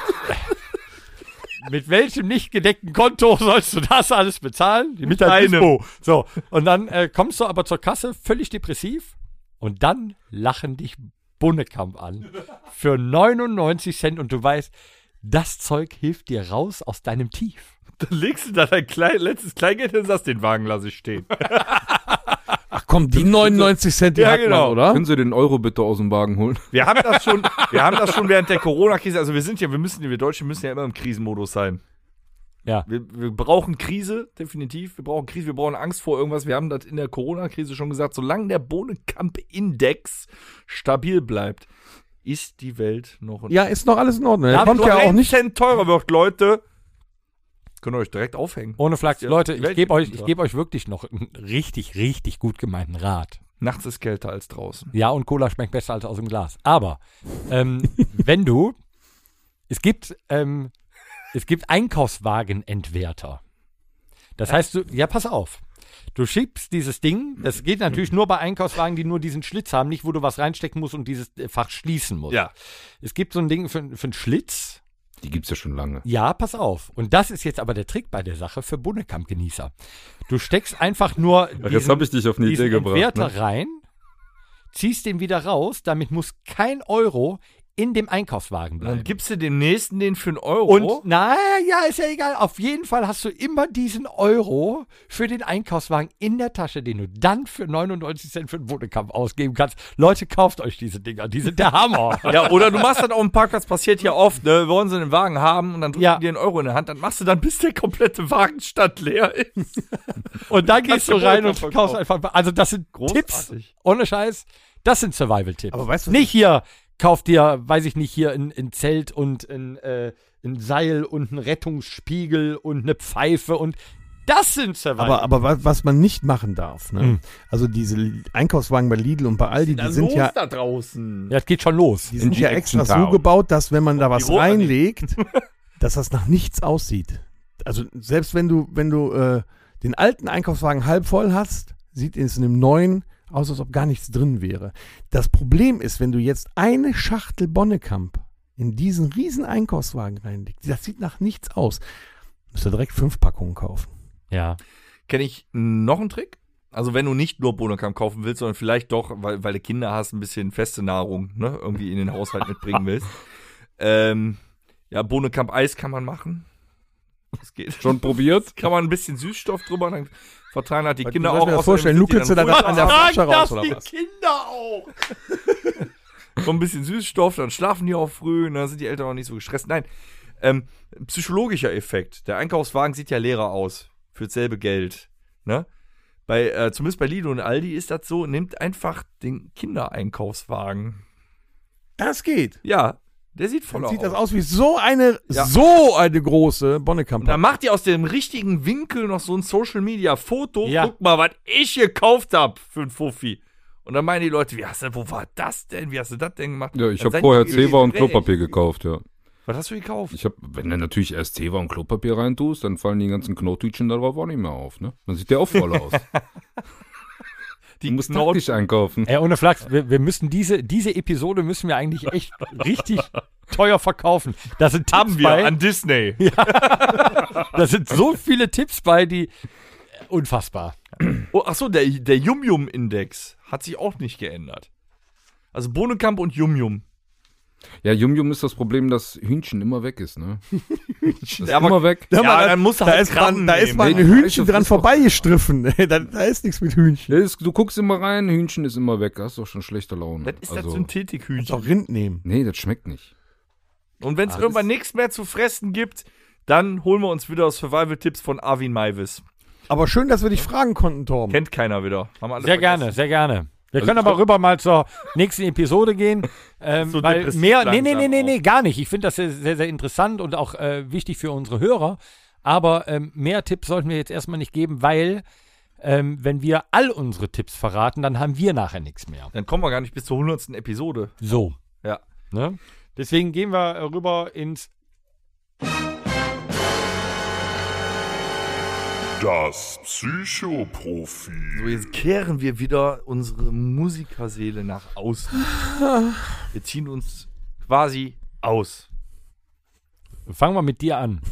Speaker 2: mit welchem nicht gedeckten Konto sollst du das alles bezahlen? Mit
Speaker 1: einem.
Speaker 2: Dispo. So, und dann äh, kommst du aber zur Kasse völlig depressiv und dann lachen dich Bunnekamp an für 99 Cent und du weißt, das Zeug hilft dir raus aus deinem Tief.
Speaker 1: Dann legst du da dein klein, letztes Kleingeld hin und sagst, den Wagen lasse ich stehen.
Speaker 3: Ach komm, die 99 Cent, die
Speaker 1: Ja,
Speaker 3: hat man,
Speaker 1: genau.
Speaker 3: oder?
Speaker 6: Können Sie den Euro bitte aus dem Wagen holen?
Speaker 1: Wir haben das schon, wir haben das schon während der Corona-Krise. Also wir sind ja, wir müssen, wir Deutschen müssen ja immer im Krisenmodus sein.
Speaker 2: Ja.
Speaker 1: Wir, wir brauchen Krise, definitiv. Wir brauchen Krise, wir brauchen Angst vor irgendwas. Wir haben das in der Corona-Krise schon gesagt. Solange der Bohnenkamp-Index stabil bleibt, ist die Welt noch in
Speaker 3: Ja, ist noch alles in Ordnung. Der
Speaker 2: Darf
Speaker 3: kommt
Speaker 2: du
Speaker 3: ja auch
Speaker 1: Ein
Speaker 3: nicht.
Speaker 1: Cent teurer wird, Leute. Könnt ihr euch direkt aufhängen.
Speaker 2: Ohne Flachs.
Speaker 1: Ja,
Speaker 2: Leute,
Speaker 1: die
Speaker 2: ich
Speaker 1: Welt
Speaker 2: gebe
Speaker 1: geht
Speaker 2: euch,
Speaker 1: unter.
Speaker 2: ich geb euch wirklich noch einen richtig, richtig gut gemeinten Rat.
Speaker 1: Nachts ist kälter als draußen.
Speaker 2: Ja, und Cola schmeckt besser als aus dem Glas. Aber ähm, wenn du, es gibt, ähm, es gibt Einkaufswagenentwerter. Das heißt, du, ja, pass auf. Du schiebst dieses Ding, das geht natürlich nur bei Einkaufswagen, die nur diesen Schlitz haben, nicht wo du was reinstecken musst und dieses äh, Fach schließen musst.
Speaker 1: Ja.
Speaker 2: Es gibt so ein Ding für, für einen Schlitz,
Speaker 6: Die gibt's ja schon lange.
Speaker 2: ja, pass auf. Und das ist jetzt aber der Trick bei der Sache für Bundekamp-Genießer. Du steckst einfach nur diesen,
Speaker 6: jetzt hab ich dich auf eine
Speaker 2: diesen
Speaker 6: Idee gebracht,
Speaker 2: Entwerter
Speaker 6: ne?
Speaker 2: rein, ziehst den wieder raus, damit muss kein Euro in dem Einkaufswagen
Speaker 1: Dann
Speaker 2: bleiben.
Speaker 1: gibst du dem nächsten den für einen Euro.
Speaker 2: Und na ja, ist ja egal. Auf jeden Fall hast du immer diesen Euro für den Einkaufswagen in der Tasche, den du dann für 99 Cent für den Bundekamp ausgeben kannst. Leute, kauft euch diese Dinger, die sind der Hammer.
Speaker 1: Ja, oder du machst das auf dem Parkplatz, passiert ja oft, ne? Wollen sie einen Wagen haben und dann drücken
Speaker 2: Ja.
Speaker 1: die dir einen Euro in der Hand, dann machst du dann, bis der komplette Wagenstand leer ist.
Speaker 2: Und dann gehst du
Speaker 1: Kannst du
Speaker 2: rein und
Speaker 1: Brot
Speaker 2: kaufst einfach. Also, das sind Tipps.
Speaker 1: Großartig.
Speaker 2: Ohne Scheiß. Das sind Survival-Tipps.
Speaker 3: Aber weißt du-
Speaker 2: Nicht hier, kauf dir, weiß ich nicht, hier ein, ein Zelt und ein, äh, ein Seil und einen Rettungsspiegel und eine Pfeife und. Das sind Survival.
Speaker 3: Aber, aber wa- was man nicht machen darf, ne?
Speaker 2: Mhm.
Speaker 3: Also diese L- Einkaufswagen bei Lidl und bei Aldi, die sind ja,
Speaker 1: da draußen.
Speaker 2: ja, es geht schon los.
Speaker 3: die sind
Speaker 6: NG
Speaker 3: ja extra
Speaker 6: Action
Speaker 3: so
Speaker 6: Town.
Speaker 3: gebaut, dass wenn man da was
Speaker 1: roten
Speaker 3: reinlegt, dass das nach nichts aussieht. Also selbst wenn du, wenn du äh, den alten Einkaufswagen halb voll hast, sieht es in dem neuen aus, als ob gar nichts drin wäre. Das Problem ist, wenn du jetzt eine Schachtel Bonnekamp in diesen riesen Einkaufswagen reinlegst, das sieht nach nichts aus. Müsst ihr direkt fünf Packungen kaufen.
Speaker 2: Ja.
Speaker 1: Kenne ich noch einen Trick? Also wenn du nicht nur Bonokamp kaufen willst, sondern vielleicht doch, weil, weil du Kinder hast, ein bisschen feste Nahrung ne, irgendwie in den Haushalt mitbringen willst. Ähm, ja, Bonokamp Eis kann man machen. Das geht.
Speaker 6: Schon probiert?
Speaker 1: Kann man ein bisschen Süßstoff drüber, dann vertragen halt die
Speaker 3: Du
Speaker 1: Kinder
Speaker 3: sollst
Speaker 1: auch.
Speaker 3: mir das
Speaker 1: außerdem
Speaker 3: vorstellen,
Speaker 1: sind
Speaker 3: Luke
Speaker 1: die dann
Speaker 3: sitzt da
Speaker 1: voll
Speaker 3: gerade an der
Speaker 1: verarmt.
Speaker 3: Flasche raus oder was?
Speaker 2: Kinder auch.
Speaker 1: so ein bisschen Süßstoff, dann schlafen die auch früh, und dann sind die Eltern auch nicht so gestresst. Nein, Ähm, psychologischer Effekt. Der Einkaufswagen sieht ja leerer aus. Für dasselbe Geld. Ne? Bei, äh, zumindest bei Lido und Aldi ist das so, nimmt einfach den Kindereinkaufswagen.
Speaker 3: Das geht.
Speaker 1: Ja, der sieht voll
Speaker 3: Dann
Speaker 1: aus.
Speaker 3: sieht das aus wie so eine,
Speaker 1: Ja.
Speaker 3: so eine große Bonnekamp.
Speaker 1: Und dann macht ihr aus dem richtigen Winkel noch so ein Social Media Foto.
Speaker 2: Ja.
Speaker 1: Guck mal, was ich gekauft hab für ein Fuffi. Und dann meinen die Leute, wie hast du, wo war das denn? Wie hast du das denn gemacht?
Speaker 6: Ja, ich
Speaker 1: Dann
Speaker 6: habe
Speaker 1: seid
Speaker 6: vorher
Speaker 1: ihr
Speaker 6: Zewa und
Speaker 1: gespräch.
Speaker 6: Klopapier gekauft, ja.
Speaker 1: Was hast du gekauft?
Speaker 6: Ich habe, wenn du natürlich erst Zewa und Klopapier reintust, dann fallen die ganzen Knottütchen darauf auch nicht mehr auf, ne? Dann sieht der auch voll aus.
Speaker 1: Die
Speaker 6: Du musst
Speaker 1: Knorr-
Speaker 6: taktisch einkaufen.
Speaker 2: Ey, ohne Flachs, wir, wir müssen diese, diese Episode müssen wir eigentlich echt richtig teuer verkaufen. Da sind Tipps
Speaker 1: haben wir
Speaker 2: bei,
Speaker 1: an Disney.
Speaker 2: da sind so viele Tipps bei, die äh, unfassbar.
Speaker 1: Oh, achso, der, der Yum-Yum-Index hat sich auch nicht geändert. Also Bohnenkamp und Yum-Yum.
Speaker 6: Ja, Yum Yum ist das Problem, dass Hühnchen immer weg ist, ne? Das ist
Speaker 1: Ja, aber-
Speaker 6: immer weg.
Speaker 3: Da,
Speaker 1: Ja,
Speaker 3: mal-
Speaker 1: dann muss er
Speaker 3: da
Speaker 1: halt
Speaker 3: ist man,
Speaker 1: Krabben
Speaker 3: da ist
Speaker 1: nehmen.
Speaker 3: mal ein
Speaker 6: Nee,
Speaker 3: Hühnchen
Speaker 6: Scheiße,
Speaker 3: dran
Speaker 6: frisst doch
Speaker 3: vorbeigestriffen. da, da ist nichts mit Hühnchen.
Speaker 6: Das ist, du guckst immer rein, Hühnchen ist immer weg. Hast doch schon schlechte Laune.
Speaker 1: Das ist
Speaker 6: also,
Speaker 1: das
Speaker 3: Kannst
Speaker 1: Synthetikhühnchen.
Speaker 3: auch Rind nehmen.
Speaker 6: Nee, das schmeckt nicht.
Speaker 1: Und wenn es irgendwann nichts mehr zu fressen gibt, dann holen wir uns wieder Survival-Tipps von Arvin Maivis.
Speaker 3: Aber schön, dass wir dich fragen konnten, Torben.
Speaker 1: Kennt keiner wieder. Haben alle
Speaker 2: Hm. Sehr
Speaker 1: vergessen.
Speaker 2: gerne, sehr gerne. Wir können aber rüber mal zur nächsten Episode gehen. Ähm,
Speaker 1: So
Speaker 2: weil
Speaker 1: depressiv
Speaker 2: mehr, nee, nee, nee,
Speaker 1: langsam
Speaker 2: nee,
Speaker 1: auch.
Speaker 2: nee, gar nicht. Ich finde das sehr, sehr, sehr interessant und auch äh, wichtig für unsere Hörer. Aber ähm, mehr Tipps sollten wir jetzt erstmal nicht geben, weil ähm, wenn wir all unsere Tipps verraten, dann haben wir nachher nichts mehr.
Speaker 1: Dann kommen wir gar nicht bis zur 100. Episode.
Speaker 2: So.
Speaker 1: Ja.
Speaker 2: Ne? Deswegen gehen wir äh, rüber ins
Speaker 5: Das Psychoprofi.
Speaker 1: So, jetzt kehren wir wieder unsere Musikerseele nach außen. Wir ziehen uns quasi aus.
Speaker 2: Fangen wir mit dir an.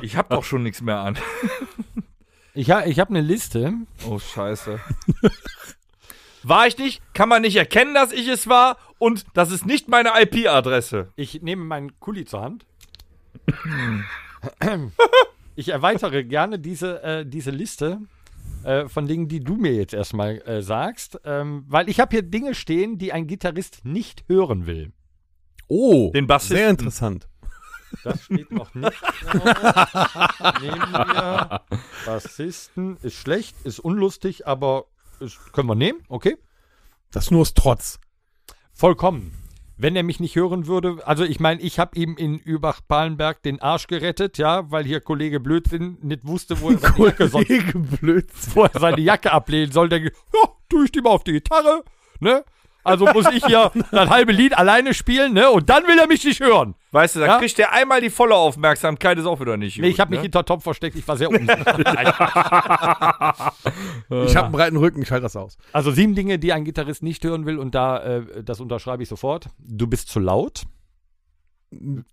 Speaker 1: Ich hab doch schon nichts mehr an.
Speaker 2: Ich, ha ich habe eine Liste.
Speaker 1: Oh, scheiße. War ich nicht, kann man nicht erkennen, dass ich es war und das ist nicht meine IP-Adresse.
Speaker 2: Ich nehme meinen Kuli zur Hand. ich erweitere gerne diese, äh, diese Liste äh, von Dingen, die du mir jetzt erstmal äh, sagst, ähm, weil ich habe hier Dinge stehen, die ein Gitarrist nicht hören will.
Speaker 3: Oh,
Speaker 1: Den Bassisten.
Speaker 3: sehr interessant.
Speaker 2: Das steht noch nicht. drauf. nehmen wir Bassisten. Ist schlecht, ist unlustig, aber ist, können wir nehmen, okay?
Speaker 3: Das nur ist Trotz.
Speaker 2: Vollkommen. Wenn er mich nicht hören würde, also ich meine, ich habe ihm in Übach-Palenberg den Arsch gerettet, ja, weil hier Kollege Blödsinn nicht wusste, wo er seine Jacke, soll,
Speaker 3: Blödsinn.
Speaker 2: wo er seine Jacke ablehnen soll. Der, ge- ja, tue ich die mal auf die Gitarre, ne? Also muss ich hier das halbe Lied alleine spielen, ne? Und dann will er mich nicht hören.
Speaker 1: Weißt du, da
Speaker 2: Ja?
Speaker 1: kriegt der einmal die volle Aufmerksamkeit, ist auch wieder nicht.
Speaker 2: Nee,
Speaker 1: gut,
Speaker 2: ich habe mich
Speaker 1: ne?
Speaker 2: hinter Top versteckt, ich war sehr unsicher.
Speaker 3: Ich habe einen breiten Rücken, ich halte das aus.
Speaker 2: Also sieben Dinge, die ein Gitarrist nicht hören will und da, äh, das unterschreibe ich sofort. Du bist zu laut.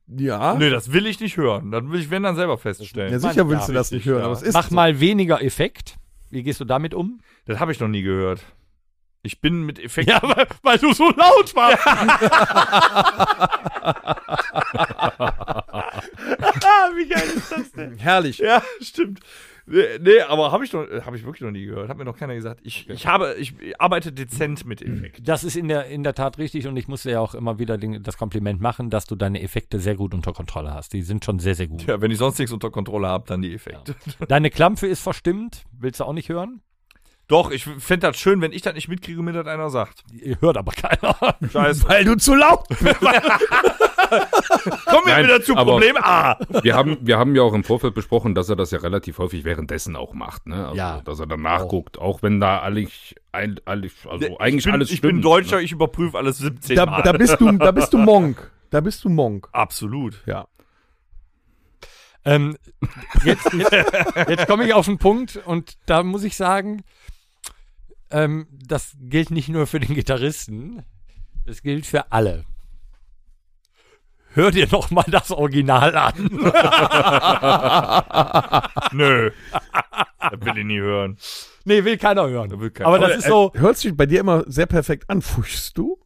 Speaker 3: Ja.
Speaker 1: Nee, das will ich nicht hören. Dann will ich, wenn, dann selber feststellen.
Speaker 3: Ja, sicher willst du
Speaker 2: Ja,
Speaker 3: das nicht hören, aber es ist
Speaker 2: Mach
Speaker 3: so.
Speaker 2: mal weniger Effekt. Wie gehst du damit um?
Speaker 1: Das habe ich noch nie gehört. Ich bin mit Effekten.
Speaker 2: Ja, weil, weil du so laut warst.
Speaker 1: Ah, wie geil ist das denn?
Speaker 3: herrlich.
Speaker 1: ja, stimmt. Nee, nee aber habe ich, noch- hab ich wirklich noch nie gehört. Hat mir noch keiner gesagt. Ich, ich, habe, ich arbeite dezent mit Effekt.
Speaker 2: Das ist in der, in der Tat richtig und ich muss dir ja auch immer wieder den, das Kompliment machen, dass du deine Effekte sehr gut unter Kontrolle hast. Die sind schon sehr, sehr gut.
Speaker 1: Ja, wenn ich sonst nichts unter Kontrolle habe, dann die Effekte.
Speaker 2: Deine Klampfe ist verstimmt. Willst du auch nicht hören?
Speaker 1: Doch, ich fände das schön, wenn ich das nicht mitkriege und mir das einer sagt.
Speaker 2: Ihr Hört aber keiner.
Speaker 1: Scheiße.
Speaker 3: Weil du zu laut bist.
Speaker 1: Kommen wir
Speaker 6: Nein,
Speaker 1: wieder zu
Speaker 6: aber-
Speaker 1: Problem A.
Speaker 6: Wir haben, wir haben ja auch im Vorfeld besprochen, dass er das ja relativ häufig währenddessen auch macht, ne? Also,
Speaker 2: Ja.
Speaker 6: Dass er dann nachguckt, auch wenn da eigentlich, ein, alles, also eigentlich
Speaker 1: Ne, ich bin,
Speaker 6: alles
Speaker 1: ich
Speaker 6: stimmt. ne?
Speaker 1: bin Deutscher, ich überprüfe alles 17
Speaker 3: Da,
Speaker 1: Mal.
Speaker 3: da, bist du, da bist du Monk. Da bist du Monk.
Speaker 1: Absolut.
Speaker 3: Ja.
Speaker 2: ähm, jetzt jetzt, jetzt komme ich auf den Punkt und da muss ich sagen, ähm, das gilt nicht nur für den Gitarristen, das gilt für alle. Hör dir noch mal das Original an.
Speaker 1: Nö. das will ich nie hören.
Speaker 2: Nee, will keiner hören.
Speaker 1: Da will keiner-
Speaker 2: Aber das ist so,
Speaker 3: Hört sich bei dir immer sehr perfekt an. Fuchst du?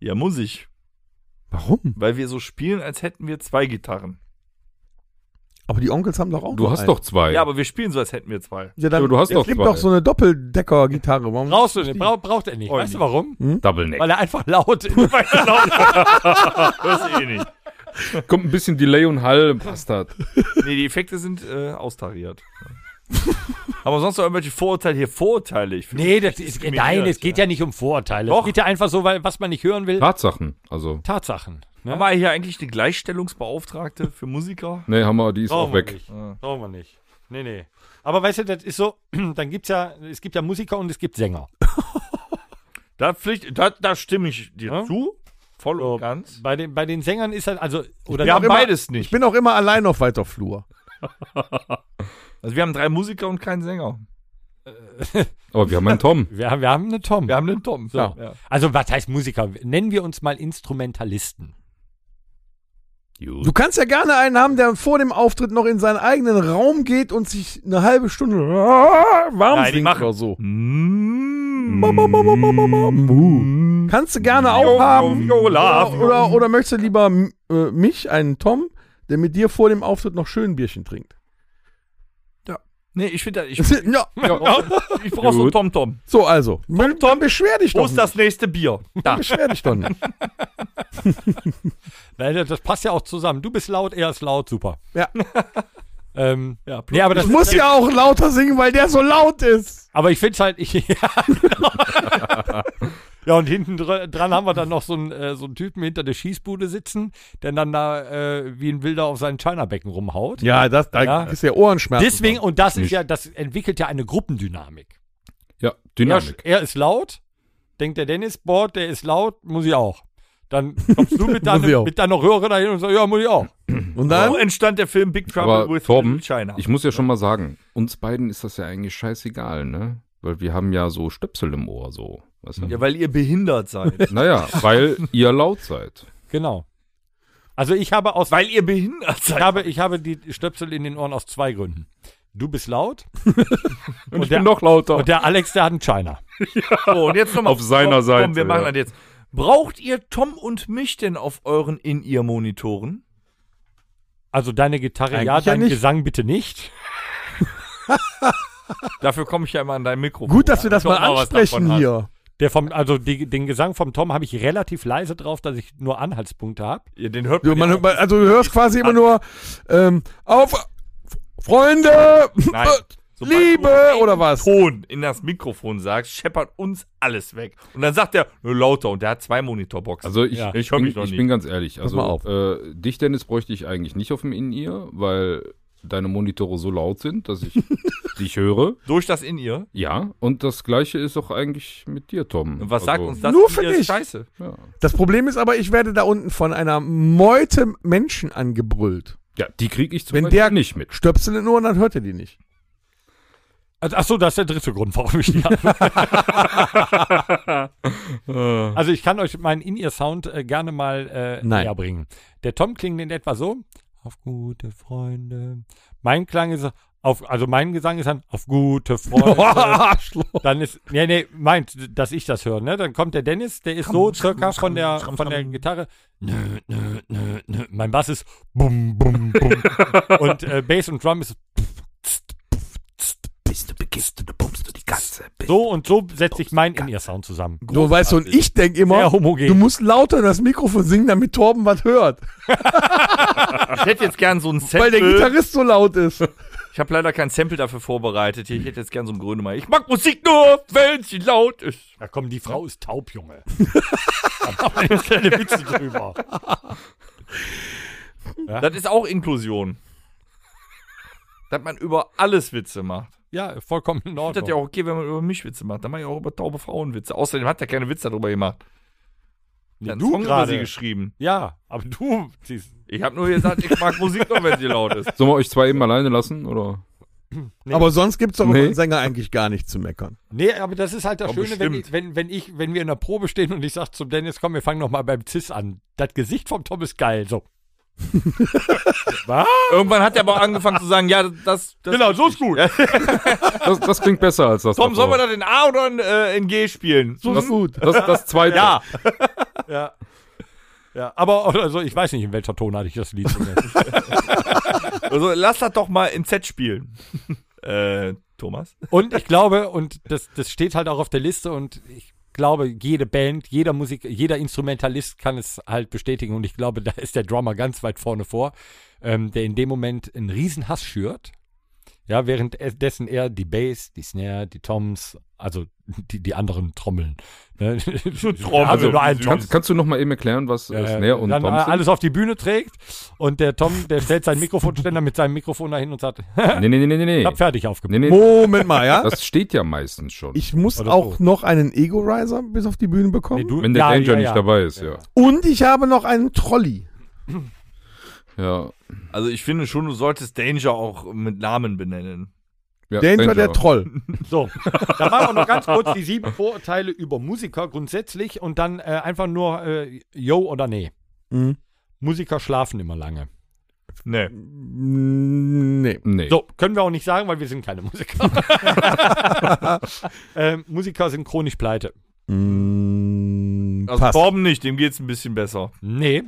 Speaker 1: Ja, muss ich.
Speaker 3: Warum?
Speaker 1: Weil wir so spielen, als hätten wir zwei Gitarren.
Speaker 3: Aber die Onkels haben doch auch
Speaker 6: Du
Speaker 3: nur
Speaker 6: hast
Speaker 3: einen.
Speaker 6: doch zwei.
Speaker 1: Ja, aber wir spielen so, als hätten wir zwei.
Speaker 3: Ja, dann,
Speaker 6: Ja, du hast
Speaker 3: es
Speaker 6: doch
Speaker 3: gibt
Speaker 6: zwei.
Speaker 3: doch so eine Doppeldecker-Gitarre.
Speaker 1: Äh,
Speaker 3: Warum-
Speaker 2: brauchst du nicht, brauch, braucht er nicht.
Speaker 1: Oh,
Speaker 2: weißt du
Speaker 1: nee.
Speaker 2: warum?
Speaker 6: Double Neck.
Speaker 2: Weil er einfach laut ist.
Speaker 1: Weil ich laut- Hörst du eh nicht.
Speaker 6: Kommt ein bisschen Delay und Hall, halt. Bastard.
Speaker 1: Nee, die Effekte sind äh, austariert. Aber sonst noch irgendwelche Vorurteile hier Vorurteile. Ich finde
Speaker 2: Nee, das ist, nein, es geht ja nicht um Vorurteile.
Speaker 1: Doch.
Speaker 2: Es geht ja einfach so, weil was man nicht hören will,
Speaker 6: Tatsachen. Also,
Speaker 2: Tatsachen. ne?
Speaker 1: Haben wir hier eigentlich eine Gleichstellungsbeauftragte für Musiker?
Speaker 6: nee, haben wir, die ist auch weg.
Speaker 2: Nicht. Brauchen wir nicht. Nee, nee. Aber weißt du, das ist so, dann gibt's ja, es gibt ja Musiker und es gibt Sänger.
Speaker 1: Da, Pflicht, da, da stimme ich dir
Speaker 2: Ja?
Speaker 1: zu. Voll und ganz.
Speaker 2: Bei den, bei den Sängern ist das, also, oder
Speaker 1: Wir haben
Speaker 3: immer-
Speaker 1: beides nicht.
Speaker 3: Ich bin auch immer allein auf weiter Flur.
Speaker 1: Also wir haben drei Musiker und keinen Sänger.
Speaker 6: Aber wir haben einen Tom.
Speaker 2: wir, haben, wir haben eine Tom.
Speaker 1: Wir haben den Tom.
Speaker 2: So. Also, was heißt Musiker? Nennen wir uns mal Instrumentalisten.
Speaker 3: Du kannst ja gerne einen haben, der vor dem Auftritt noch in seinen eigenen Raum geht und sich eine halbe Stunde warm
Speaker 1: Nein, die
Speaker 3: singt
Speaker 1: machen-
Speaker 3: oder so.
Speaker 6: Mm.
Speaker 3: Kannst du gerne auch haben.
Speaker 1: Viola,
Speaker 3: Oder, oder, oder möchtest du lieber m- äh, mich, einen Tom, der mit dir vor dem Auftritt noch schön ein Bierchen trinkt?
Speaker 1: Nee, ich finde, ich,
Speaker 3: ja.
Speaker 1: ich brauche so einen
Speaker 6: Gut.
Speaker 1: Tom-Tom.
Speaker 3: So, also. Tom, beschwer dich
Speaker 1: Wo
Speaker 3: doch
Speaker 1: ist
Speaker 3: nicht.
Speaker 1: das nächste Bier? Da.
Speaker 3: Beschwer dich doch nicht.
Speaker 2: Weil das- das passt ja auch zusammen. Du bist laut, er ist laut, super.
Speaker 3: Ja.
Speaker 2: ähm, ja, nee, aber das
Speaker 3: Ich muss ja auch lauter singen, weil der so laut ist.
Speaker 2: Aber ich finde es halt. Ich, ja, genau. ja, und hinten dr- dran haben wir dann noch so einen, äh, so einen Typen hinter der Schießbude sitzen, der dann da äh, wie ein Wilder auf seinen China-Becken rumhaut.
Speaker 3: Ja, das, da
Speaker 2: Ja.
Speaker 3: ist ja Ohrenschmerz.
Speaker 2: Deswegen, und das ist
Speaker 6: Nicht.
Speaker 2: ja, das entwickelt ja eine Gruppendynamik.
Speaker 6: Ja,
Speaker 2: Er,
Speaker 6: Dynamik.
Speaker 2: er ist laut, denkt der Dennis, boah, der ist laut, muss ich auch. Dann kommst du mit
Speaker 3: Muss ich
Speaker 2: deiner,
Speaker 3: auch.
Speaker 2: mit deiner Röhre dahin und sagst, ja, muss ich auch.
Speaker 3: Und
Speaker 1: Dann
Speaker 3: dann?
Speaker 1: so entstand der Film Big Trouble
Speaker 6: Aber
Speaker 1: with
Speaker 6: Torben,
Speaker 1: Little China.
Speaker 6: ich muss ja schon mal sagen, uns beiden ist das ja eigentlich scheißegal, ne? Weil wir haben ja so Stöpsel im Ohr, so. Weißt du?
Speaker 1: ja, weil ihr behindert seid.
Speaker 6: Naja, weil ihr laut seid.
Speaker 2: Genau. Also ich habe aus.
Speaker 1: weil ihr behindert
Speaker 2: Ich
Speaker 1: seid.
Speaker 2: habe, ich habe die Stöpsel in den Ohren aus zwei Gründen. Du bist laut
Speaker 6: Und, ich
Speaker 2: der-
Speaker 6: bin noch lauter.
Speaker 2: und der Alex, der hat einen China.
Speaker 1: So, und jetzt nochmal.
Speaker 6: Auf seiner
Speaker 1: komm,
Speaker 6: Seite,
Speaker 1: Komm, wir machen
Speaker 6: ja.
Speaker 1: das jetzt. Braucht ihr Tom und mich denn auf euren In-Ear-Monitoren?
Speaker 2: Also deine Gitarre ja,
Speaker 3: Eigentlich ja
Speaker 2: dein
Speaker 3: nicht.
Speaker 2: Gesang bitte nicht.
Speaker 1: Dafür komme ich ja immer an dein Mikrofon.
Speaker 3: Gut, dass wir das
Speaker 1: Doch
Speaker 3: mal
Speaker 1: mal was
Speaker 3: ansprechen
Speaker 1: davon hast.
Speaker 3: hier.
Speaker 2: Der vom, also die, den Gesang vom Tom habe ich relativ leise drauf, dass ich nur Anhaltspunkte habe.
Speaker 1: Ja, den hört
Speaker 3: Du,
Speaker 1: man,
Speaker 3: man,
Speaker 1: ja auch.
Speaker 3: man, also du hörst quasi immer nur ähm, auf Freunde,
Speaker 1: Nein. Sobald du
Speaker 3: Liebe
Speaker 1: einen
Speaker 3: oder was?
Speaker 1: Ton in das Mikrofon sagst, scheppert uns alles weg. Und dann sagt er, nur lauter. Und der hat zwei Monitorboxen.
Speaker 6: Also ich,
Speaker 2: Ja,
Speaker 6: ich,
Speaker 1: ich hör mich
Speaker 6: bin,
Speaker 1: noch
Speaker 6: ich
Speaker 1: nie.
Speaker 6: bin ganz ehrlich. Also
Speaker 3: mal auf.
Speaker 6: Äh, dich, Dennis, bräuchte ich eigentlich nicht auf dem In-Ear, weil deine Monitore so laut sind, dass ich dich höre.
Speaker 1: Durch das In-Ear.
Speaker 6: Ja, und das gleiche ist auch eigentlich mit dir, Tom. Also,
Speaker 1: Und was sagt uns das?
Speaker 3: Nur für
Speaker 1: In-Ear ist
Speaker 3: dich.
Speaker 1: Scheiße.
Speaker 6: Ja.
Speaker 3: Das Problem ist aber, ich werde da unten von einer Meute Menschen angebrüllt.
Speaker 6: ja, die kriege ich zum
Speaker 3: Wenn
Speaker 6: Beispiel
Speaker 3: der-
Speaker 6: nicht mit.
Speaker 3: Stöpsel in den Ohren, dann hört er die nicht.
Speaker 2: Also, ach so, das ist der dritte Grund, warum ich die habe. also ich kann euch meinen In-Ear-Sound äh, gerne mal äh,
Speaker 3: Nein.
Speaker 2: näher bringen. Der Tom klingt in etwa so. Auf gute Freunde. Mein Klang ist auf, also mein Gesang ist dann auf gute Freunde.
Speaker 3: Arschloch.
Speaker 2: Dann ist, nee, nee, meint, dass ich das höre, ne? Dann kommt der Dennis, der ist so circa von der, von der Gitarre. Nö, nö, nö, nö. Mein Bass ist bum, bum, bum. und äh, Bass und Drum ist
Speaker 6: Bist du begisst, du bummst du die ganze
Speaker 2: so und so setze ich meinen In-Ear-Sound zusammen.
Speaker 3: Du weißt du, und ich denke immer,
Speaker 2: Sehr homogen.
Speaker 3: du musst lauter in das Mikrofon singen, damit Torben was hört.
Speaker 1: Ich hätte jetzt gern so ein Sample.
Speaker 3: Weil der Gitarrist so laut ist.
Speaker 1: Ich habe leider kein Sample dafür vorbereitet. Ich hätte jetzt gern so ein Grönemeyer. Ich mag Musik nur, wenn sie laut ist.
Speaker 2: Ja, komm, die Frau ist taub, Junge. da machen wir keine Witze drüber.
Speaker 1: Das ist auch Inklusion. Dass man über alles Witze macht.
Speaker 2: Ja, vollkommen in
Speaker 1: Ich finde das ja
Speaker 2: Ordnung.
Speaker 1: auch okay, wenn man über mich Witze macht. Dann mache ich auch über taube Frauen Witze. Außerdem hat er keine Witze darüber gemacht.
Speaker 2: Nee,
Speaker 1: Er hat
Speaker 2: du
Speaker 1: über
Speaker 2: gerade.
Speaker 1: sie geschrieben.
Speaker 2: Ja, aber du, siehst-
Speaker 1: Ich habe nur gesagt, ich mag Musik nur, wenn sie laut ist.
Speaker 6: Sollen wir euch zwei eben alleine lassen? Oder?
Speaker 3: Aber sonst gibt's doch
Speaker 6: Nee.
Speaker 3: über den Sänger eigentlich gar nicht zu meckern.
Speaker 2: Nee, aber das ist halt das
Speaker 1: Aber
Speaker 2: Schöne, wenn,
Speaker 1: bestimmt.
Speaker 2: ich- wenn, wenn ich, wenn wir in der Probe stehen und ich sag zum Dennis, komm, wir fangen nochmal beim Cis an. Das Gesicht vom Tom ist geil, so. Was?
Speaker 1: Irgendwann hat er aber angefangen zu sagen, ja, das. das
Speaker 2: Genau, so ist gut.
Speaker 6: Das, das klingt besser als das.
Speaker 1: Tom, sollen wir
Speaker 6: davor.
Speaker 1: das in A oder in, äh, in G spielen? So,
Speaker 6: das gut. Das, das zweite. Ja.
Speaker 2: Ja. Ja, aber also, ich weiß nicht, in welcher Tonart ich das Lied singe.
Speaker 1: also lass das doch mal in Z spielen. äh, Thomas?
Speaker 2: Und ich glaube, und das, das steht halt auch auf der Liste und ich glaube, jede Band, jeder Musik, jeder Instrumentalist kann es halt bestätigen und ich glaube, da ist der Drummer ganz weit vorne vor, ähm, der in dem Moment einen riesen Hass schürt. Ja, während er- dessen er die Bass, die Snare, die Toms, also die, die anderen Trommeln. Ne?
Speaker 1: Trommeln,
Speaker 2: Also nur ein
Speaker 1: wie
Speaker 2: Tom.
Speaker 1: süß.
Speaker 6: Kannst, kannst du noch mal eben erklären, was äh,
Speaker 2: äh,
Speaker 6: Snare und
Speaker 2: dann äh,
Speaker 6: Toms sind?
Speaker 2: alles auf die Bühne trägt und der Tom, der stellt seinen Mikrofonständer mit seinem Mikrofon dahin und sagt, ich
Speaker 6: Nee, nee, nee, nee, nee.
Speaker 2: hab fertig
Speaker 6: nee,
Speaker 2: aufgemacht.
Speaker 6: nee.
Speaker 3: Moment mal, ja?
Speaker 6: Das steht ja meistens schon.
Speaker 3: Ich muss
Speaker 2: Oder
Speaker 3: auch noch einen Ego-Riser bis auf die Bühne bekommen.
Speaker 2: du-
Speaker 6: wenn der
Speaker 2: Ja,
Speaker 6: Danger
Speaker 2: ja,
Speaker 6: nicht
Speaker 2: ja.
Speaker 6: dabei ist, ja.
Speaker 3: Und ich habe noch einen Trolley.
Speaker 6: Ja.
Speaker 1: Also ich finde schon, du solltest Danger auch mit Namen benennen.
Speaker 6: ja
Speaker 3: Danger, der Troll.
Speaker 2: So, da machen wir noch ganz kurz die sieben Vorurteile über Musiker grundsätzlich und dann äh, einfach nur äh, yo oder nee.
Speaker 3: Mhm.
Speaker 2: Musiker schlafen immer lange.
Speaker 1: Nee.
Speaker 3: Mm, Nee.
Speaker 6: Nee.
Speaker 2: So, können wir auch nicht sagen, weil wir sind keine Musiker. ähm, Musiker sind chronisch pleite.
Speaker 3: Mm,
Speaker 1: Also
Speaker 3: Passt.
Speaker 1: Torben nicht, dem geht's ein bisschen besser.
Speaker 2: Nee.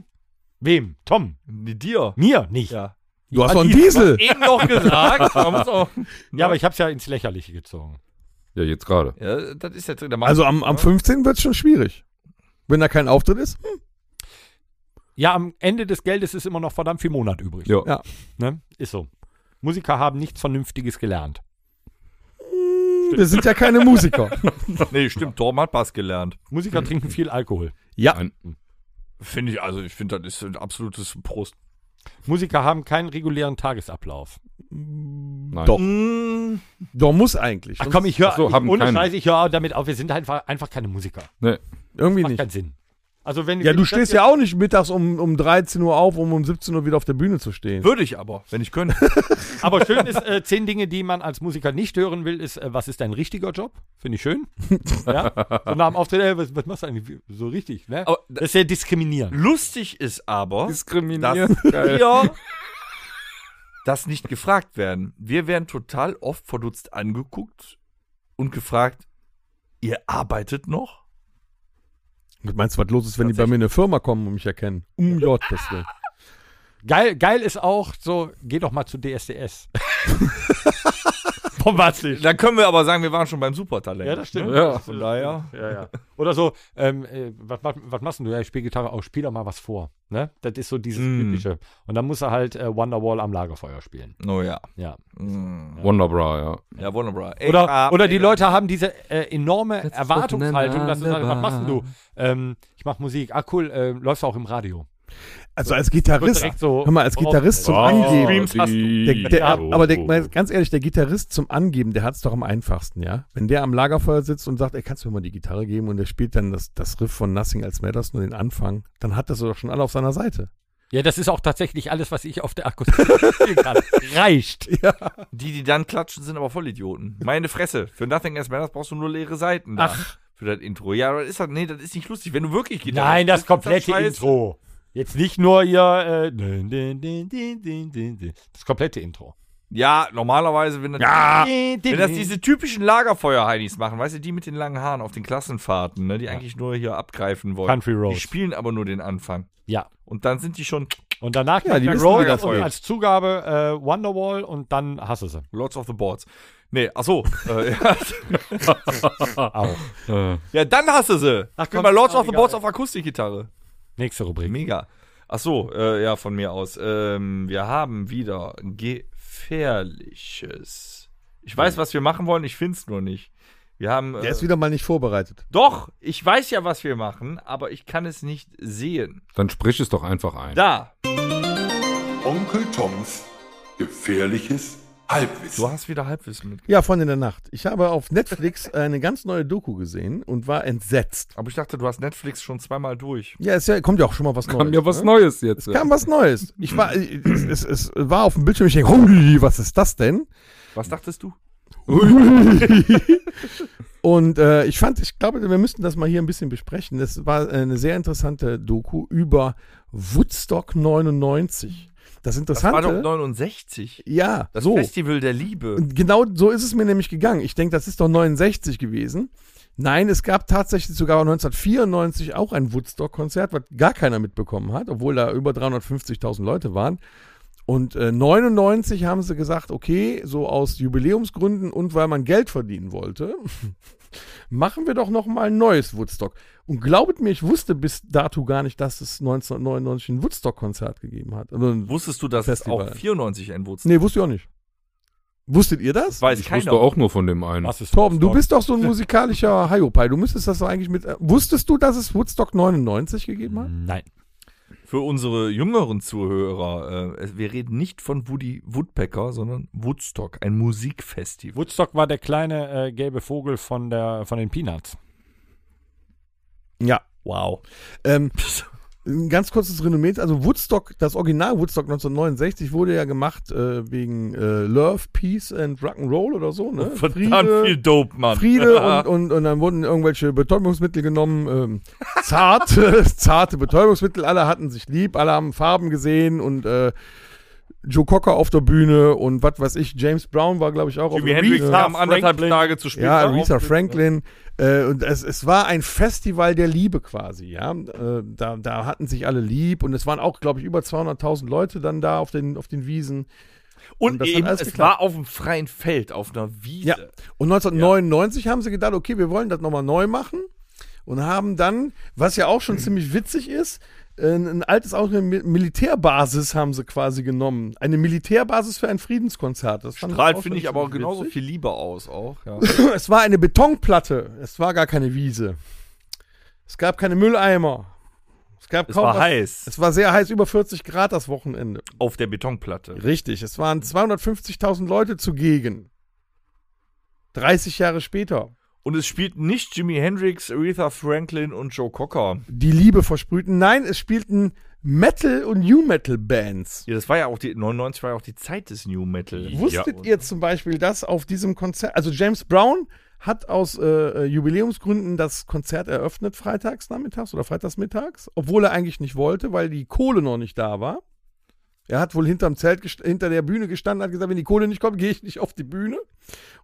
Speaker 2: Wem? Tom?
Speaker 1: Dir.
Speaker 2: Mir nicht.
Speaker 1: Ja.
Speaker 3: Du hast noch einen Diesel.
Speaker 1: Eben noch gesagt. Man muss auch,
Speaker 3: ne?
Speaker 2: Ja, aber ich hab's ja ins Lächerliche gezogen.
Speaker 6: Ja, jetzt gerade.
Speaker 1: ja, das ist ja drin. Der Mann-
Speaker 3: Also am, am 15. wird es schon schwierig. Wenn da kein Auftritt ist. Mm,
Speaker 2: Ja, am Ende des Geldes ist immer noch verdammt viel Monat übrig.
Speaker 6: Ja.
Speaker 3: Ja.
Speaker 2: Ne? Ist so. Musiker haben nichts Vernünftiges gelernt.
Speaker 3: Wir sind ja keine Musiker.
Speaker 1: nee, stimmt, Torben hat Bass gelernt.
Speaker 2: Musiker trinken viel Alkohol.
Speaker 3: Ja.
Speaker 6: Ein,
Speaker 1: Finde ich, also ich finde, das ist ein absolutes Prost.
Speaker 2: Musiker haben keinen regulären Tagesablauf.
Speaker 6: nein.
Speaker 3: Doch.
Speaker 1: Mm,
Speaker 3: Doch muss eigentlich.
Speaker 2: Ach komm, ich höre,
Speaker 6: Ach so,
Speaker 2: ich-
Speaker 6: haben
Speaker 2: ohne
Speaker 6: keine.
Speaker 2: Scheiß, ich höre damit auf. Wir sind einfach, einfach keine Musiker.
Speaker 6: Nee.
Speaker 3: Irgendwie
Speaker 2: Macht
Speaker 3: nicht.
Speaker 2: keinen Sinn. Also wenn
Speaker 3: Ja,
Speaker 2: wenn
Speaker 3: du
Speaker 2: ich das
Speaker 3: stehst
Speaker 2: jetzt-
Speaker 3: ja auch nicht mittags um, um 13 Uhr auf, um um 17 Uhr wieder auf der Bühne zu stehen.
Speaker 1: würde ich aber, wenn ich könnte.
Speaker 2: Aber schön ist, äh, zehn Dinge, die man als Musiker nicht hören will, ist, äh, was ist dein richtiger Job? Finde ich schön. ja? So nach dem Auftritt, ey, was, was machst du eigentlich so richtig? Ne?
Speaker 1: Aber
Speaker 2: das ist ja diskriminierend.
Speaker 1: Lustig ist aber,
Speaker 6: Diskriminieren.
Speaker 1: dass wir das nicht gefragt werden. Wir werden total oft verdutzt angeguckt und gefragt, ihr arbeitet noch?
Speaker 3: Was meinst du, was los ist, wenn die bei mir in eine Firma kommen und mich erkennen? Um J. Willen.
Speaker 2: Geil, geil ist auch so, geh doch mal zu DSDS. Bombastisch.
Speaker 1: Dann können wir aber sagen, wir waren schon beim Supertalent. Ne?
Speaker 2: Ja, das stimmt.
Speaker 6: Ja.
Speaker 1: Von daher.
Speaker 2: Ja, ja. Oder so, ähm, äh, was, was, was machst denn du? Ja, ich spiele Gitarre, auch spiel doch mal was vor. Ne? Das ist so dieses
Speaker 1: Mm.
Speaker 2: typische. Und dann muss er halt äh, Wonderwall am Lagerfeuer spielen.
Speaker 1: Oh ja.
Speaker 2: Ja.
Speaker 1: Mm.
Speaker 6: Wonderbra, ja.
Speaker 1: Ja, Wonderbra. Ey,
Speaker 2: Oder,
Speaker 1: ah,
Speaker 2: oder die
Speaker 1: ey,
Speaker 2: Leute haben diese äh, enorme
Speaker 6: Letztes
Speaker 2: Erwartungshaltung, dass sie
Speaker 6: Wochenende
Speaker 2: sagen, was machst denn
Speaker 6: war-
Speaker 2: du? Ähm, ich mache Musik. Ah, cool, äh, läufst du auch im Radio.
Speaker 3: Also als
Speaker 2: Wird
Speaker 3: Gitarrist.
Speaker 2: direkt so
Speaker 3: Hör mal, als
Speaker 2: voraus-
Speaker 3: Gitarrist
Speaker 6: Ah,
Speaker 3: zum
Speaker 2: Wow.
Speaker 3: Angeben.
Speaker 1: Streams hast du.
Speaker 3: Der, der, aber der, mal ganz ehrlich, der Gitarrist zum Angeben, der hat es doch am einfachsten, ja? Wenn der am Lagerfeuer sitzt und sagt, ey, kannst du mir mal die Gitarre geben und der spielt dann das, das Riff von Nothing Else Matters, nur den Anfang, dann hat das doch schon alle auf seiner Seite.
Speaker 2: Ja, das ist auch tatsächlich alles, was ich auf der Akustik spielen kann. Reicht.
Speaker 1: Die, die dann klatschen, sind aber Vollidioten. Meine Fresse. Für Nothing Else Matters brauchst du nur leere Seiten. Da. Ach. Für das Intro. Ja, aber ist das, nee, das ist nicht lustig. Wenn du wirklich Gitarre
Speaker 2: Nein, das
Speaker 1: spielst, ist
Speaker 2: komplette
Speaker 1: scheiße.
Speaker 2: Intro. Jetzt nicht nur ihr. Äh, dün, dün, dün, dün, dün, dün, dün. das komplette Intro.
Speaker 1: Ja, normalerweise, wenn das, wenn
Speaker 2: Wenn
Speaker 1: das diese typischen Lagerfeuer-Heinis machen, weißt du, die mit den langen Haaren auf den Klassenfahrten, ne, die eigentlich nur hier abgreifen wollen.
Speaker 2: Country
Speaker 1: Die
Speaker 2: Roads.
Speaker 1: spielen aber nur den Anfang.
Speaker 2: Ja.
Speaker 1: Und dann sind die schon
Speaker 2: Und danach
Speaker 3: Ja, die
Speaker 2: Jack
Speaker 3: wissen,
Speaker 2: Rose
Speaker 1: wie das
Speaker 2: und
Speaker 1: geht.
Speaker 2: als Zugabe äh, Wonderwall und dann hasse sie.
Speaker 1: Lords of the Boards. Nee, ach so. äh, ja.
Speaker 2: Auch.
Speaker 1: ja, dann hast du sie.
Speaker 2: Ach,
Speaker 1: Ach,
Speaker 2: komm,
Speaker 1: mal Lords
Speaker 2: ist auch
Speaker 1: of the Boards auf Akustikgitarre.
Speaker 2: Nächste Rubrik.
Speaker 1: Mega. Ach so, äh, ja, von mir aus. Ähm, wir haben wieder gefährliches. Ich weiß, was wir machen wollen, ich find's nur nicht. Wir haben.
Speaker 3: Der
Speaker 1: Äh,
Speaker 3: ist wieder mal nicht vorbereitet.
Speaker 1: doch, ich weiß ja, was wir machen, aber ich kann es nicht sehen.
Speaker 6: Dann sprich es doch einfach ein.
Speaker 1: Da,
Speaker 5: Onkel Toms gefährliches Halbwissen.
Speaker 1: du hast wieder Halbwissen mit.
Speaker 3: Ja, von in der Nacht. Ich habe auf Netflix eine ganz neue Doku gesehen und war entsetzt.
Speaker 1: Aber ich dachte, du hast Netflix schon zweimal durch.
Speaker 3: Ja, es ja, kommt ja auch schon mal was Neues.
Speaker 6: Kam ja was
Speaker 3: ne?
Speaker 6: Neues jetzt.
Speaker 3: Es kam was Neues. Ich war, äh, es, es, es war auf dem Bildschirm, ich denke, "Hui, was ist das denn?
Speaker 1: Was dachtest du?
Speaker 3: Und äh, ich fand, ich glaube, wir müssten das mal hier ein bisschen besprechen. Das war äh, eine sehr interessante Doku über Woodstock 99. Das
Speaker 1: Das war
Speaker 3: Interessante.
Speaker 1: doch 69.
Speaker 3: ja,
Speaker 1: Das
Speaker 3: so.
Speaker 1: Festival der Liebe.
Speaker 3: Und genau so ist es mir nämlich gegangen. Ich denke, das ist doch 69 gewesen. Nein, es gab tatsächlich sogar 1994 auch ein Woodstock-Konzert, was gar keiner mitbekommen hat, obwohl da über 350.000 Leute waren. Und äh, 99 haben sie gesagt, okay, so aus Jubiläumsgründen und weil man Geld verdienen wollte, machen wir doch noch mal ein neues Woodstock. Und glaubt mir, ich wusste bis dato gar nicht, dass es 1999 ein Woodstock-Konzert gegeben hat. Also ein-
Speaker 1: Wusstest du, dass
Speaker 3: Festival.
Speaker 1: es auch 94 ein Woodstock
Speaker 3: nee, wusste ich auch nicht. Wusstet ihr das?
Speaker 1: Weiß
Speaker 6: Ich wusste auch nur von dem einen.
Speaker 2: Was ist
Speaker 3: Torben, du
Speaker 2: Woodstock?
Speaker 3: bist doch so ein musikalischer Hiopai. Du müsstest das doch eigentlich mit. äh, Wusstest du, dass es Woodstock 99 gegeben hat?
Speaker 2: Nein.
Speaker 1: Für unsere jüngeren Zuhörer, äh, wir reden nicht von Woody Woodpecker, sondern Woodstock, ein Musikfestival.
Speaker 2: Woodstock war der kleine äh, gelbe Vogel von, der, von den Peanuts.
Speaker 3: Ja.
Speaker 1: Wow.
Speaker 3: Ähm, ein ganz kurzes Renommee. Also Woodstock, das Original Woodstock 1969 wurde ja gemacht äh, wegen äh, Love, Peace and Rock'n'Roll oder so. Ne?
Speaker 1: Verdammt
Speaker 3: Friede,
Speaker 1: viel Dope, Mann.
Speaker 3: Friede und, und, und dann wurden irgendwelche Betäubungsmittel genommen. Ähm, zarte, zarte Betäubungsmittel. Alle hatten sich lieb, alle haben Farben gesehen und äh, Joe Cocker auf der Bühne und was weiß ich. James Brown war, glaube ich, auch auf
Speaker 1: Jimi
Speaker 3: der
Speaker 1: Hendrix
Speaker 3: Bühne.
Speaker 1: kam anderthalb
Speaker 2: Franklin.
Speaker 1: Tage zu spät.
Speaker 3: Ja,
Speaker 1: darauf.
Speaker 3: Aretha Franklin. Äh, und es, es war ein Festival der Liebe quasi, ja. Äh, da, da hatten sich alle lieb und es waren auch, glaube ich, über 200.000 Leute dann da auf den, auf den Wiesen. Und
Speaker 1: Und,
Speaker 3: das hat
Speaker 1: eben,
Speaker 3: alles
Speaker 1: es
Speaker 3: geklappt.
Speaker 1: war auf dem freien Feld, auf einer Wiese.
Speaker 3: Ja. Und 1999 haben sie gedacht, okay, wir wollen das nochmal neu machen und haben dann, was ja auch schon ziemlich witzig ist, äh, ein, ein altes auch eine Mi- Militärbasis haben sie quasi genommen. Eine Militärbasis für ein Friedenskonzert. Das fand
Speaker 1: Strahlt,
Speaker 3: auch
Speaker 1: finde ich,
Speaker 3: schon
Speaker 1: aber auch
Speaker 3: ziemlich
Speaker 1: genauso
Speaker 3: witzig.
Speaker 1: viel Liebe aus auch. Ja.
Speaker 3: Es war eine Betonplatte. Es war gar keine Wiese. Es gab keine Mülleimer. Es gab
Speaker 1: Es
Speaker 3: kaum
Speaker 1: war
Speaker 3: was.
Speaker 1: heiß.
Speaker 3: Es war sehr heiß, über 40 Grad das Wochenende.
Speaker 1: auf der Betonplatte.
Speaker 3: Richtig, es waren 250.000 Leute zugegen. 30 Jahre später.
Speaker 1: Und es spielten nicht Jimi Hendrix, Aretha Franklin und Joe Cocker.
Speaker 3: Die Liebe versprühten. Nein, es spielten Metal- und New-Metal-Bands.
Speaker 1: Ja, das war ja auch die 99 war ja auch die Zeit des New Metal.
Speaker 3: Wusstet ihr zum Beispiel, dass auf diesem Konzert, also James Brown hat aus äh, äh, Jubiläumsgründen das Konzert eröffnet, freitags nachmittags oder freitags mittags, obwohl er eigentlich nicht wollte, weil die Kohle noch nicht da war. Er hat wohl hinterm Zelt, gest- hinter der Bühne gestanden, hat gesagt, wenn die Kohle nicht kommt, gehe ich nicht auf die Bühne.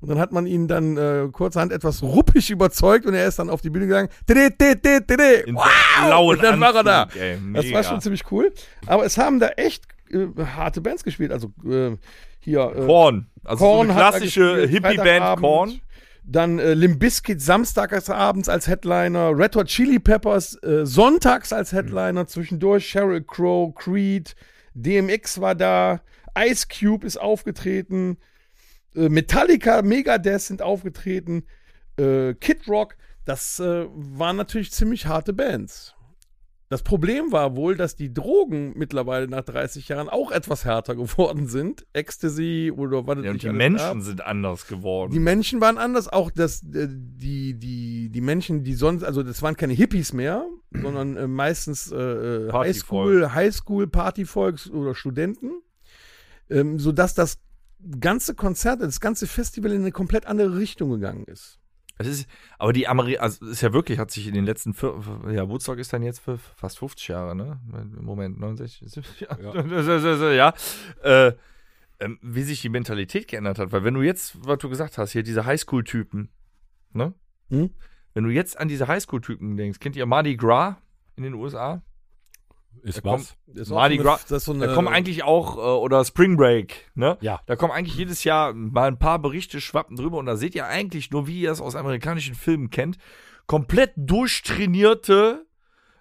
Speaker 3: Und dann hat man ihn dann äh, kurzerhand etwas ruppig überzeugt und er ist dann auf die Bühne gegangen. Tede, tede, tede, tede.
Speaker 1: In seinem blauen
Speaker 3: Und dann war er da.
Speaker 1: Anzug, ey,
Speaker 3: Das
Speaker 1: mega.
Speaker 3: war schon ziemlich cool. Aber es haben da echt äh, harte Bands gespielt. Also äh, hier. Äh,
Speaker 1: Korn. Also
Speaker 3: Korn
Speaker 1: so eine
Speaker 3: hat da
Speaker 1: klassische
Speaker 3: gespielt,
Speaker 1: Hippie-Band
Speaker 3: Freitagabend.
Speaker 1: Korn.
Speaker 3: Dann äh, Limp Bizkit samstags abends als Headliner, Red Hot Chili Peppers äh, sonntags als Headliner,
Speaker 1: Mhm.
Speaker 3: zwischendurch Sheryl Crow, Creed, DMX war da, Ice Cube ist aufgetreten, äh, Metallica, Megadeth sind aufgetreten, äh, Kid Rock, das äh, waren natürlich ziemlich harte Bands. Das Problem war wohl, dass die Drogen mittlerweile nach 30 Jahren auch etwas härter geworden sind. Ecstasy oder was es
Speaker 1: Ja, und
Speaker 3: nicht
Speaker 1: die
Speaker 3: alles
Speaker 1: Menschen
Speaker 3: gab.
Speaker 1: sind anders geworden.
Speaker 3: Die Menschen waren anders, auch das, äh, die, die, die Menschen, die sonst, also das waren keine Hippies mehr, sondern äh, meistens äh, äh,
Speaker 1: Partyvolk.
Speaker 3: Highschool, Highschool, Partyvolks oder Studenten, ähm, sodass das ganze Konzert, das ganze Festival in eine komplett andere Richtung gegangen ist.
Speaker 1: Es ist, aber die Amerika, also es ist ja wirklich, hat sich in den letzten, vier, ja, Woodstock ist dann jetzt für fast 50 Jahre, ne? Moment, 69, 70, ja. ja. Äh, ähm, wie sich die Mentalität geändert hat, weil wenn du jetzt, was du gesagt hast, hier diese Highschool-Typen, ne?
Speaker 3: Hm?
Speaker 1: Wenn du jetzt an diese Highschool-Typen denkst, kennt ihr Mardi Gras in den USA?
Speaker 2: Ist
Speaker 1: Da
Speaker 2: was?
Speaker 3: Das
Speaker 1: Mardi
Speaker 3: so eine-
Speaker 1: Gras,
Speaker 3: das ist so eine,
Speaker 1: Da kommen eigentlich auch, äh, oder Spring Break, ne?
Speaker 2: Ja.
Speaker 1: Da kommen eigentlich jedes Jahr mal ein paar Berichte schwappen drüber und da seht ihr eigentlich nur, wie ihr es aus amerikanischen Filmen kennt, komplett durchtrainierte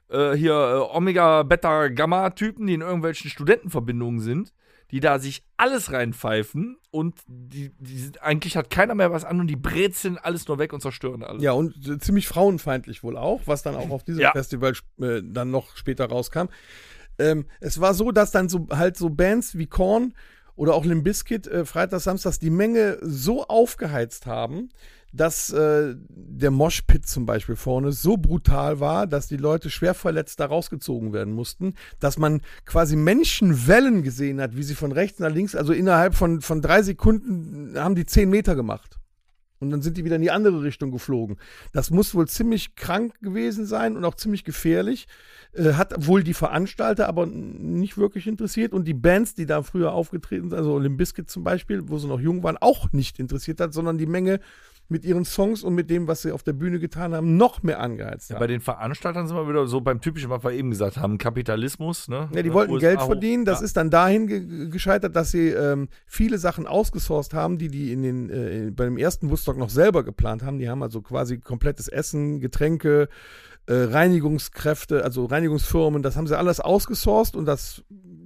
Speaker 1: äh, hier äh, Omega, Beta, Gamma-Typen, die in irgendwelchen Studentenverbindungen sind, die da sich alles reinpfeifen und die, die sind, eigentlich hat keiner mehr was an und die brezeln alles nur weg und zerstören alles.
Speaker 3: Ja, und äh, ziemlich frauenfeindlich wohl auch, was dann auch auf diesem
Speaker 1: Ja.
Speaker 3: Festival äh, dann noch später rauskam. Ähm, es war so, dass dann so halt so Bands wie Korn oder auch Limp Bizkit äh, Freitags, Samstags die Menge so aufgeheizt haben, dass äh, der Moshpit zum Beispiel vorne so brutal war, dass die Leute schwer verletzt da rausgezogen werden mussten, dass man quasi Menschenwellen gesehen hat, wie sie von rechts nach links, also innerhalb von, von drei Sekunden haben die zehn Meter gemacht. Und dann sind die wieder in die andere Richtung geflogen. Das muss wohl ziemlich krank gewesen sein und auch ziemlich gefährlich. Äh, hat wohl die Veranstalter aber n- nicht wirklich interessiert und die Bands, die da früher aufgetreten sind, also Limp Bizkit zum Beispiel, wo sie noch jung waren, auch nicht interessiert hat, sondern die Menge mit ihren Songs und mit dem, was sie auf der Bühne getan haben, noch mehr angeheizt
Speaker 1: Ja,
Speaker 3: haben.
Speaker 1: bei den Veranstaltern sind wir wieder so beim typischen, was wir eben gesagt haben, Kapitalismus. Ne?
Speaker 3: Ja, die
Speaker 1: Ne,
Speaker 3: wollten
Speaker 1: USA
Speaker 3: Geld
Speaker 1: hoch.
Speaker 3: verdienen. Das
Speaker 1: Ja.
Speaker 3: ist dann dahin ge gescheitert, dass sie ähm, viele Sachen ausgesourced haben, die die in den, äh, bei dem ersten Woodstock noch selber geplant haben. Die haben also quasi komplettes Essen, Getränke, äh, Reinigungskräfte, also Reinigungsfirmen. Das haben sie alles ausgesourced und das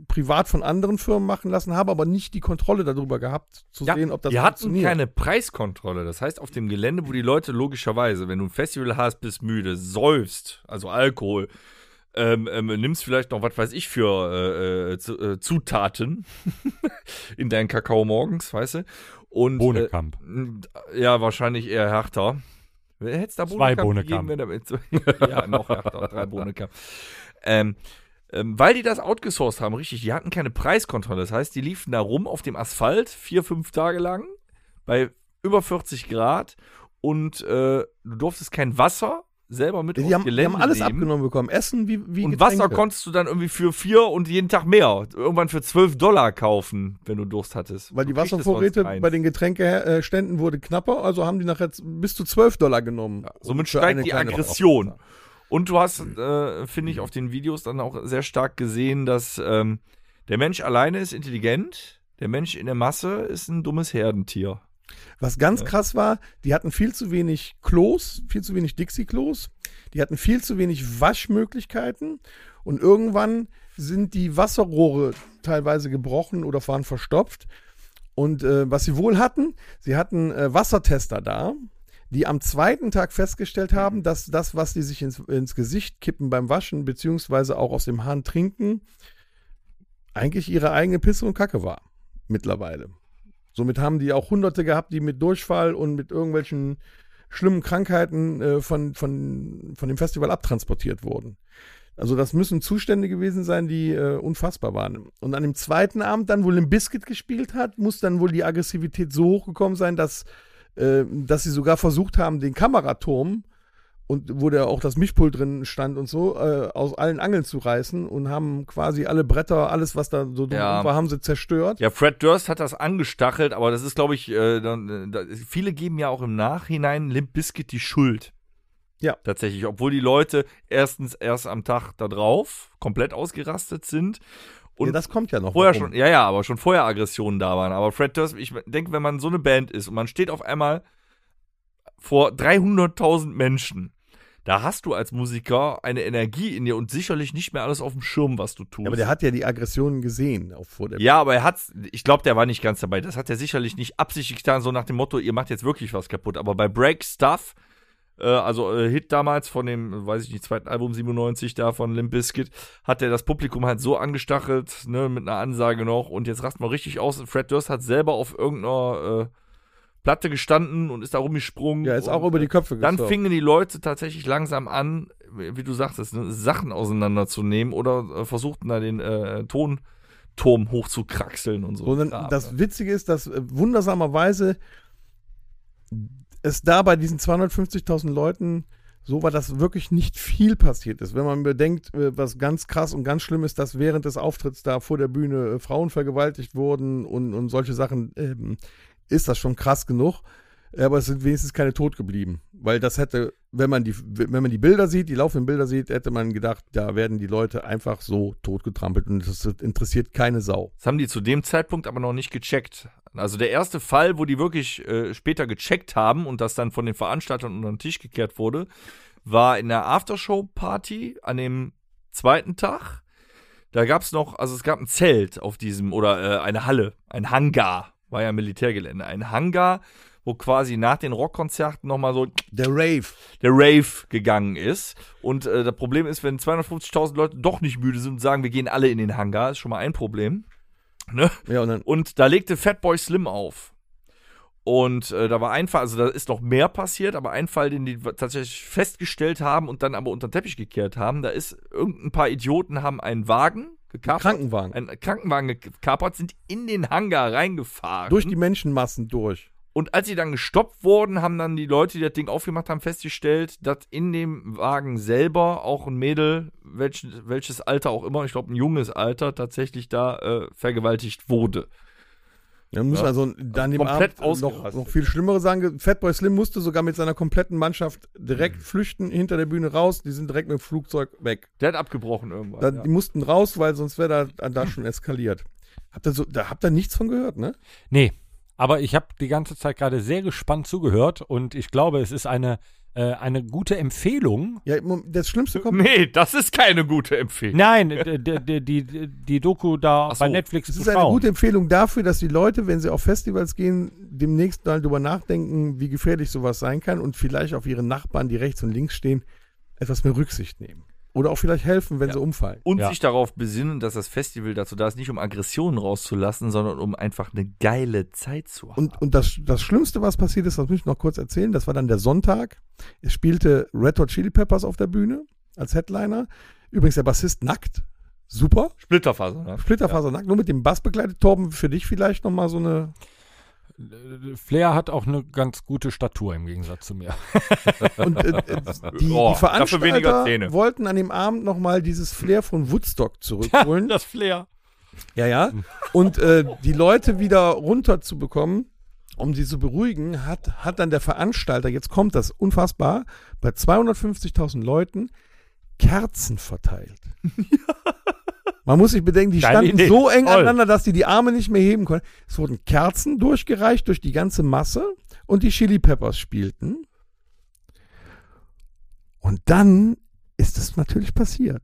Speaker 3: privat von anderen Firmen machen lassen, haben aber nicht die Kontrolle darüber gehabt, zu
Speaker 1: Ja,
Speaker 3: sehen, ob das
Speaker 1: wir hatten keine Preiskontrolle. Das heißt, auf dem Gelände, wo die Leute logischerweise, wenn du ein Festival hast, bist müde, säufst, also Alkohol, ähm, ähm, nimmst vielleicht noch, was weiß ich, für äh, äh, zu, äh, Zutaten in deinen Kakao morgens, weißt du? Und, äh,
Speaker 2: Bohnekamp.
Speaker 1: ja, wahrscheinlich eher härter. Hättest da
Speaker 2: Zwei
Speaker 1: gegeben, wenn er- ja, noch härter, drei Bohnekamp. Ähm, ähm, weil die das outgesourced haben, richtig, die hatten keine Preiskontrolle. Das heißt, die liefen da rum auf dem Asphalt vier, fünf Tage lang bei über 40 Grad und äh, du durftest kein Wasser selber mit aufs
Speaker 3: Die haben, die haben
Speaker 1: Gelände
Speaker 3: alles
Speaker 1: nehmen.
Speaker 3: abgenommen bekommen. Essen wie, wie
Speaker 1: Und
Speaker 3: Getränke.
Speaker 1: Wasser konntest du dann irgendwie für vier und jeden Tag mehr. Irgendwann für 12 Dollar kaufen, wenn du Durst hattest.
Speaker 3: Weil
Speaker 1: Du
Speaker 3: die
Speaker 1: kriegtest sonst
Speaker 3: Wasservorräte
Speaker 1: keins.
Speaker 3: bei den Getränkeständen wurde knapper, also haben die nachher z- bis zu 12 Dollar genommen.
Speaker 1: Somit
Speaker 3: Für eine
Speaker 1: steigt die
Speaker 3: kleine
Speaker 1: Aggression. Und du hast, äh, finde ich, auf den Videos dann auch sehr stark gesehen, dass ähm, der Mensch alleine ist intelligent, der Mensch in der Masse ist ein dummes Herdentier.
Speaker 3: Was ganz krass war, die hatten viel zu wenig Klos, viel zu wenig Dixie-Klos, die hatten viel zu wenig Waschmöglichkeiten und irgendwann sind die Wasserrohre teilweise gebrochen oder waren verstopft. Und äh, was sie wohl hatten, sie hatten äh, Wassertester da, die am zweiten Tag festgestellt haben, dass das, was die sich ins, ins Gesicht kippen beim Waschen, beziehungsweise auch aus dem Hahn trinken, eigentlich ihre eigene Pisse und Kacke war. Mittlerweile. Somit haben die auch Hunderte gehabt, die mit Durchfall und mit irgendwelchen schlimmen Krankheiten äh, von, von, von dem Festival abtransportiert wurden. Also das müssen Zustände gewesen sein, die äh, unfassbar waren. Und an dem zweiten Abend dann wohl ein Biscuit gespielt hat, muss dann wohl die Aggressivität so hochgekommen sein, dass, äh, dass sie sogar versucht haben, den Kameraturm und wo da auch das Mischpult drin stand und so, äh, aus allen Angeln zu reißen und haben quasi alle Bretter, alles, was da so drum
Speaker 1: Ja.
Speaker 3: war, haben sie zerstört.
Speaker 1: Ja, Fred Durst hat das angestachelt, aber das ist, glaube ich, äh, dann, äh, da, viele geben ja auch im Nachhinein Limp Bizkit die Schuld.
Speaker 3: Ja.
Speaker 1: Tatsächlich, obwohl die Leute erstens erst am Tag da drauf komplett ausgerastet sind und
Speaker 3: ja, das kommt ja noch.
Speaker 1: Vorher
Speaker 3: warum.
Speaker 1: schon, ja, ja, aber schon vorher Aggressionen da waren. Aber Fred Durst, ich denke, wenn man so eine Band ist und man steht auf einmal vor 300.000 Menschen, da hast du als Musiker eine Energie in dir und sicherlich nicht mehr alles auf dem Schirm, was du tust.
Speaker 3: Ja, aber der hat ja die Aggressionen gesehen auch vor der
Speaker 1: Ja, aber er hat's, ich glaube, der war nicht ganz dabei. Das hat er sicherlich nicht absichtlich getan, so nach dem Motto, ihr macht jetzt wirklich was kaputt. Aber bei Break Stuff, äh, also äh, Hit damals von dem, weiß ich nicht, zweiten Album 97 da von Limp Bizkit, hat er das Publikum halt so angestachelt, ne, mit einer Ansage noch und jetzt rasten wir richtig aus. Und Fred Durst hat selber auf irgendeiner äh, Platte gestanden und ist da rumgesprungen.
Speaker 3: Ja, ist auch
Speaker 1: und,
Speaker 3: über die Köpfe
Speaker 1: dann
Speaker 3: gesurft.
Speaker 1: fingen die Leute tatsächlich langsam an, wie du sagtest, ne, Sachen auseinanderzunehmen oder äh, versuchten da den äh, Tonturm hochzukraxeln und so.
Speaker 3: So, dann,
Speaker 1: Kram, ne?
Speaker 3: das Witzige ist, dass äh, wundersamerweise es da bei diesen 250.000 Leuten so war, dass wirklich nicht viel passiert ist. Wenn man bedenkt, äh, was ganz krass und ganz schlimm ist, dass während des Auftritts da vor der Bühne äh, Frauen vergewaltigt wurden und, und solche Sachen, ähm, ist das schon krass genug. Aber es sind wenigstens keine tot geblieben. Weil das hätte, wenn man die, wenn man die Bilder sieht, die laufenden Bilder sieht, hätte man gedacht, da werden die Leute einfach so tot getrampelt und das interessiert keine Sau.
Speaker 1: Das haben die zu dem Zeitpunkt aber noch nicht gecheckt. Also der erste Fall, wo die wirklich äh, später gecheckt haben und das dann von den Veranstaltern unter den Tisch gekehrt wurde, war in der Aftershow-Party an dem zweiten Tag. Da gab es noch, also es gab ein Zelt auf diesem, oder äh, eine Halle, ein Hangar, war ja Militärgelände, ein Hangar, wo quasi nach den Rockkonzerten nochmal so
Speaker 3: Der Rave.
Speaker 1: der Rave gegangen ist. Und äh, das Problem ist, wenn 250.000 Leute doch nicht müde sind und sagen, wir gehen alle in den Hangar, ist schon mal ein Problem. Ne?
Speaker 3: Ja, und dann
Speaker 1: Und da legte Fatboy Slim auf. Und äh, da war ein Fall, also da ist noch mehr passiert, aber ein Fall, den die tatsächlich festgestellt haben und dann aber unter den Teppich gekehrt haben, da ist irgendein paar Idioten haben einen Wagen gekapert.
Speaker 3: Krankenwagen.
Speaker 1: Einen Krankenwagen gekapert, sind in den Hangar reingefahren.
Speaker 3: Durch die Menschenmassen durch.
Speaker 1: Und als sie dann gestoppt wurden, haben dann die Leute, die das Ding aufgemacht haben, festgestellt, dass in dem Wagen selber auch ein Mädel, welch, welches Alter auch immer, ich glaube ein junges Alter, tatsächlich da äh, vergewaltigt wurde.
Speaker 3: Dann müssen wir also dann dem
Speaker 1: komplett
Speaker 3: Abend noch,
Speaker 1: ausgerastet.
Speaker 3: noch viel schlimmere sagen. Fatboy Slim musste sogar mit seiner kompletten Mannschaft
Speaker 1: Mhm.
Speaker 3: direkt flüchten, hinter der Bühne raus. Die sind direkt mit dem Flugzeug weg.
Speaker 1: Der hat abgebrochen irgendwann.
Speaker 3: Da,
Speaker 1: ja.
Speaker 3: Die mussten raus, weil sonst wäre da, da schon eskaliert. Habt ihr, so, da habt ihr nichts von gehört, ne?
Speaker 2: Nee, aber ich habe die ganze Zeit gerade sehr gespannt zugehört und ich glaube, es ist eine, äh, eine gute Empfehlung.
Speaker 3: Ja, Mom- das Schlimmste kommt.
Speaker 1: Nee, das ist keine gute Empfehlung.
Speaker 2: Nein, d- d- d- die, die, die Doku da
Speaker 1: Ach so,
Speaker 2: bei Netflix
Speaker 3: Es
Speaker 2: zu
Speaker 3: ist eine
Speaker 2: schauen.
Speaker 3: gute Empfehlung dafür, dass die Leute, wenn sie auf Festivals gehen, demnächst mal drüber nachdenken, wie gefährlich sowas sein kann und vielleicht auf ihre Nachbarn, die rechts und links stehen, etwas mehr Rücksicht nehmen. Oder auch vielleicht helfen, wenn sie umfallen.
Speaker 1: Und
Speaker 2: Ja.
Speaker 1: sich darauf besinnen, dass das Festival dazu da ist, nicht um Aggressionen rauszulassen, sondern um einfach eine geile Zeit zu haben.
Speaker 3: Und, und das, das Schlimmste, was passiert ist, das muss ich noch kurz erzählen, das war dann der Sonntag. Es spielte Red Hot Chili Peppers auf der Bühne als Headliner. Übrigens der Bassist nackt. Super.
Speaker 1: Splitterfaser, ne?
Speaker 3: Splitterfaser nackt, nur mit dem Bass begleitet. Torben, für dich vielleicht nochmal so eine.
Speaker 2: Flair hat auch eine ganz gute Statur im Gegensatz zu mir.
Speaker 3: Und äh, äh, die,
Speaker 1: Oh,
Speaker 3: die
Speaker 1: dafür weniger
Speaker 3: Veranstalter
Speaker 1: Zähne.
Speaker 3: wollten an dem Abend nochmal dieses Flair von Woodstock zurückholen.
Speaker 2: Das Flair.
Speaker 3: Ja, ja. Und äh, die Leute wieder runterzubekommen, um sie zu beruhigen, hat, hat dann der Veranstalter, jetzt kommt das unfassbar, bei 250.000 Leuten Kerzen verteilt. Man muss sich bedenken, die
Speaker 2: Geile
Speaker 3: standen
Speaker 2: Idee.
Speaker 3: so eng
Speaker 2: Toll.
Speaker 3: aneinander, dass die die Arme nicht mehr heben konnten. Es wurden Kerzen durchgereicht durch die ganze Masse und die Chili Peppers spielten. Und dann ist es natürlich passiert.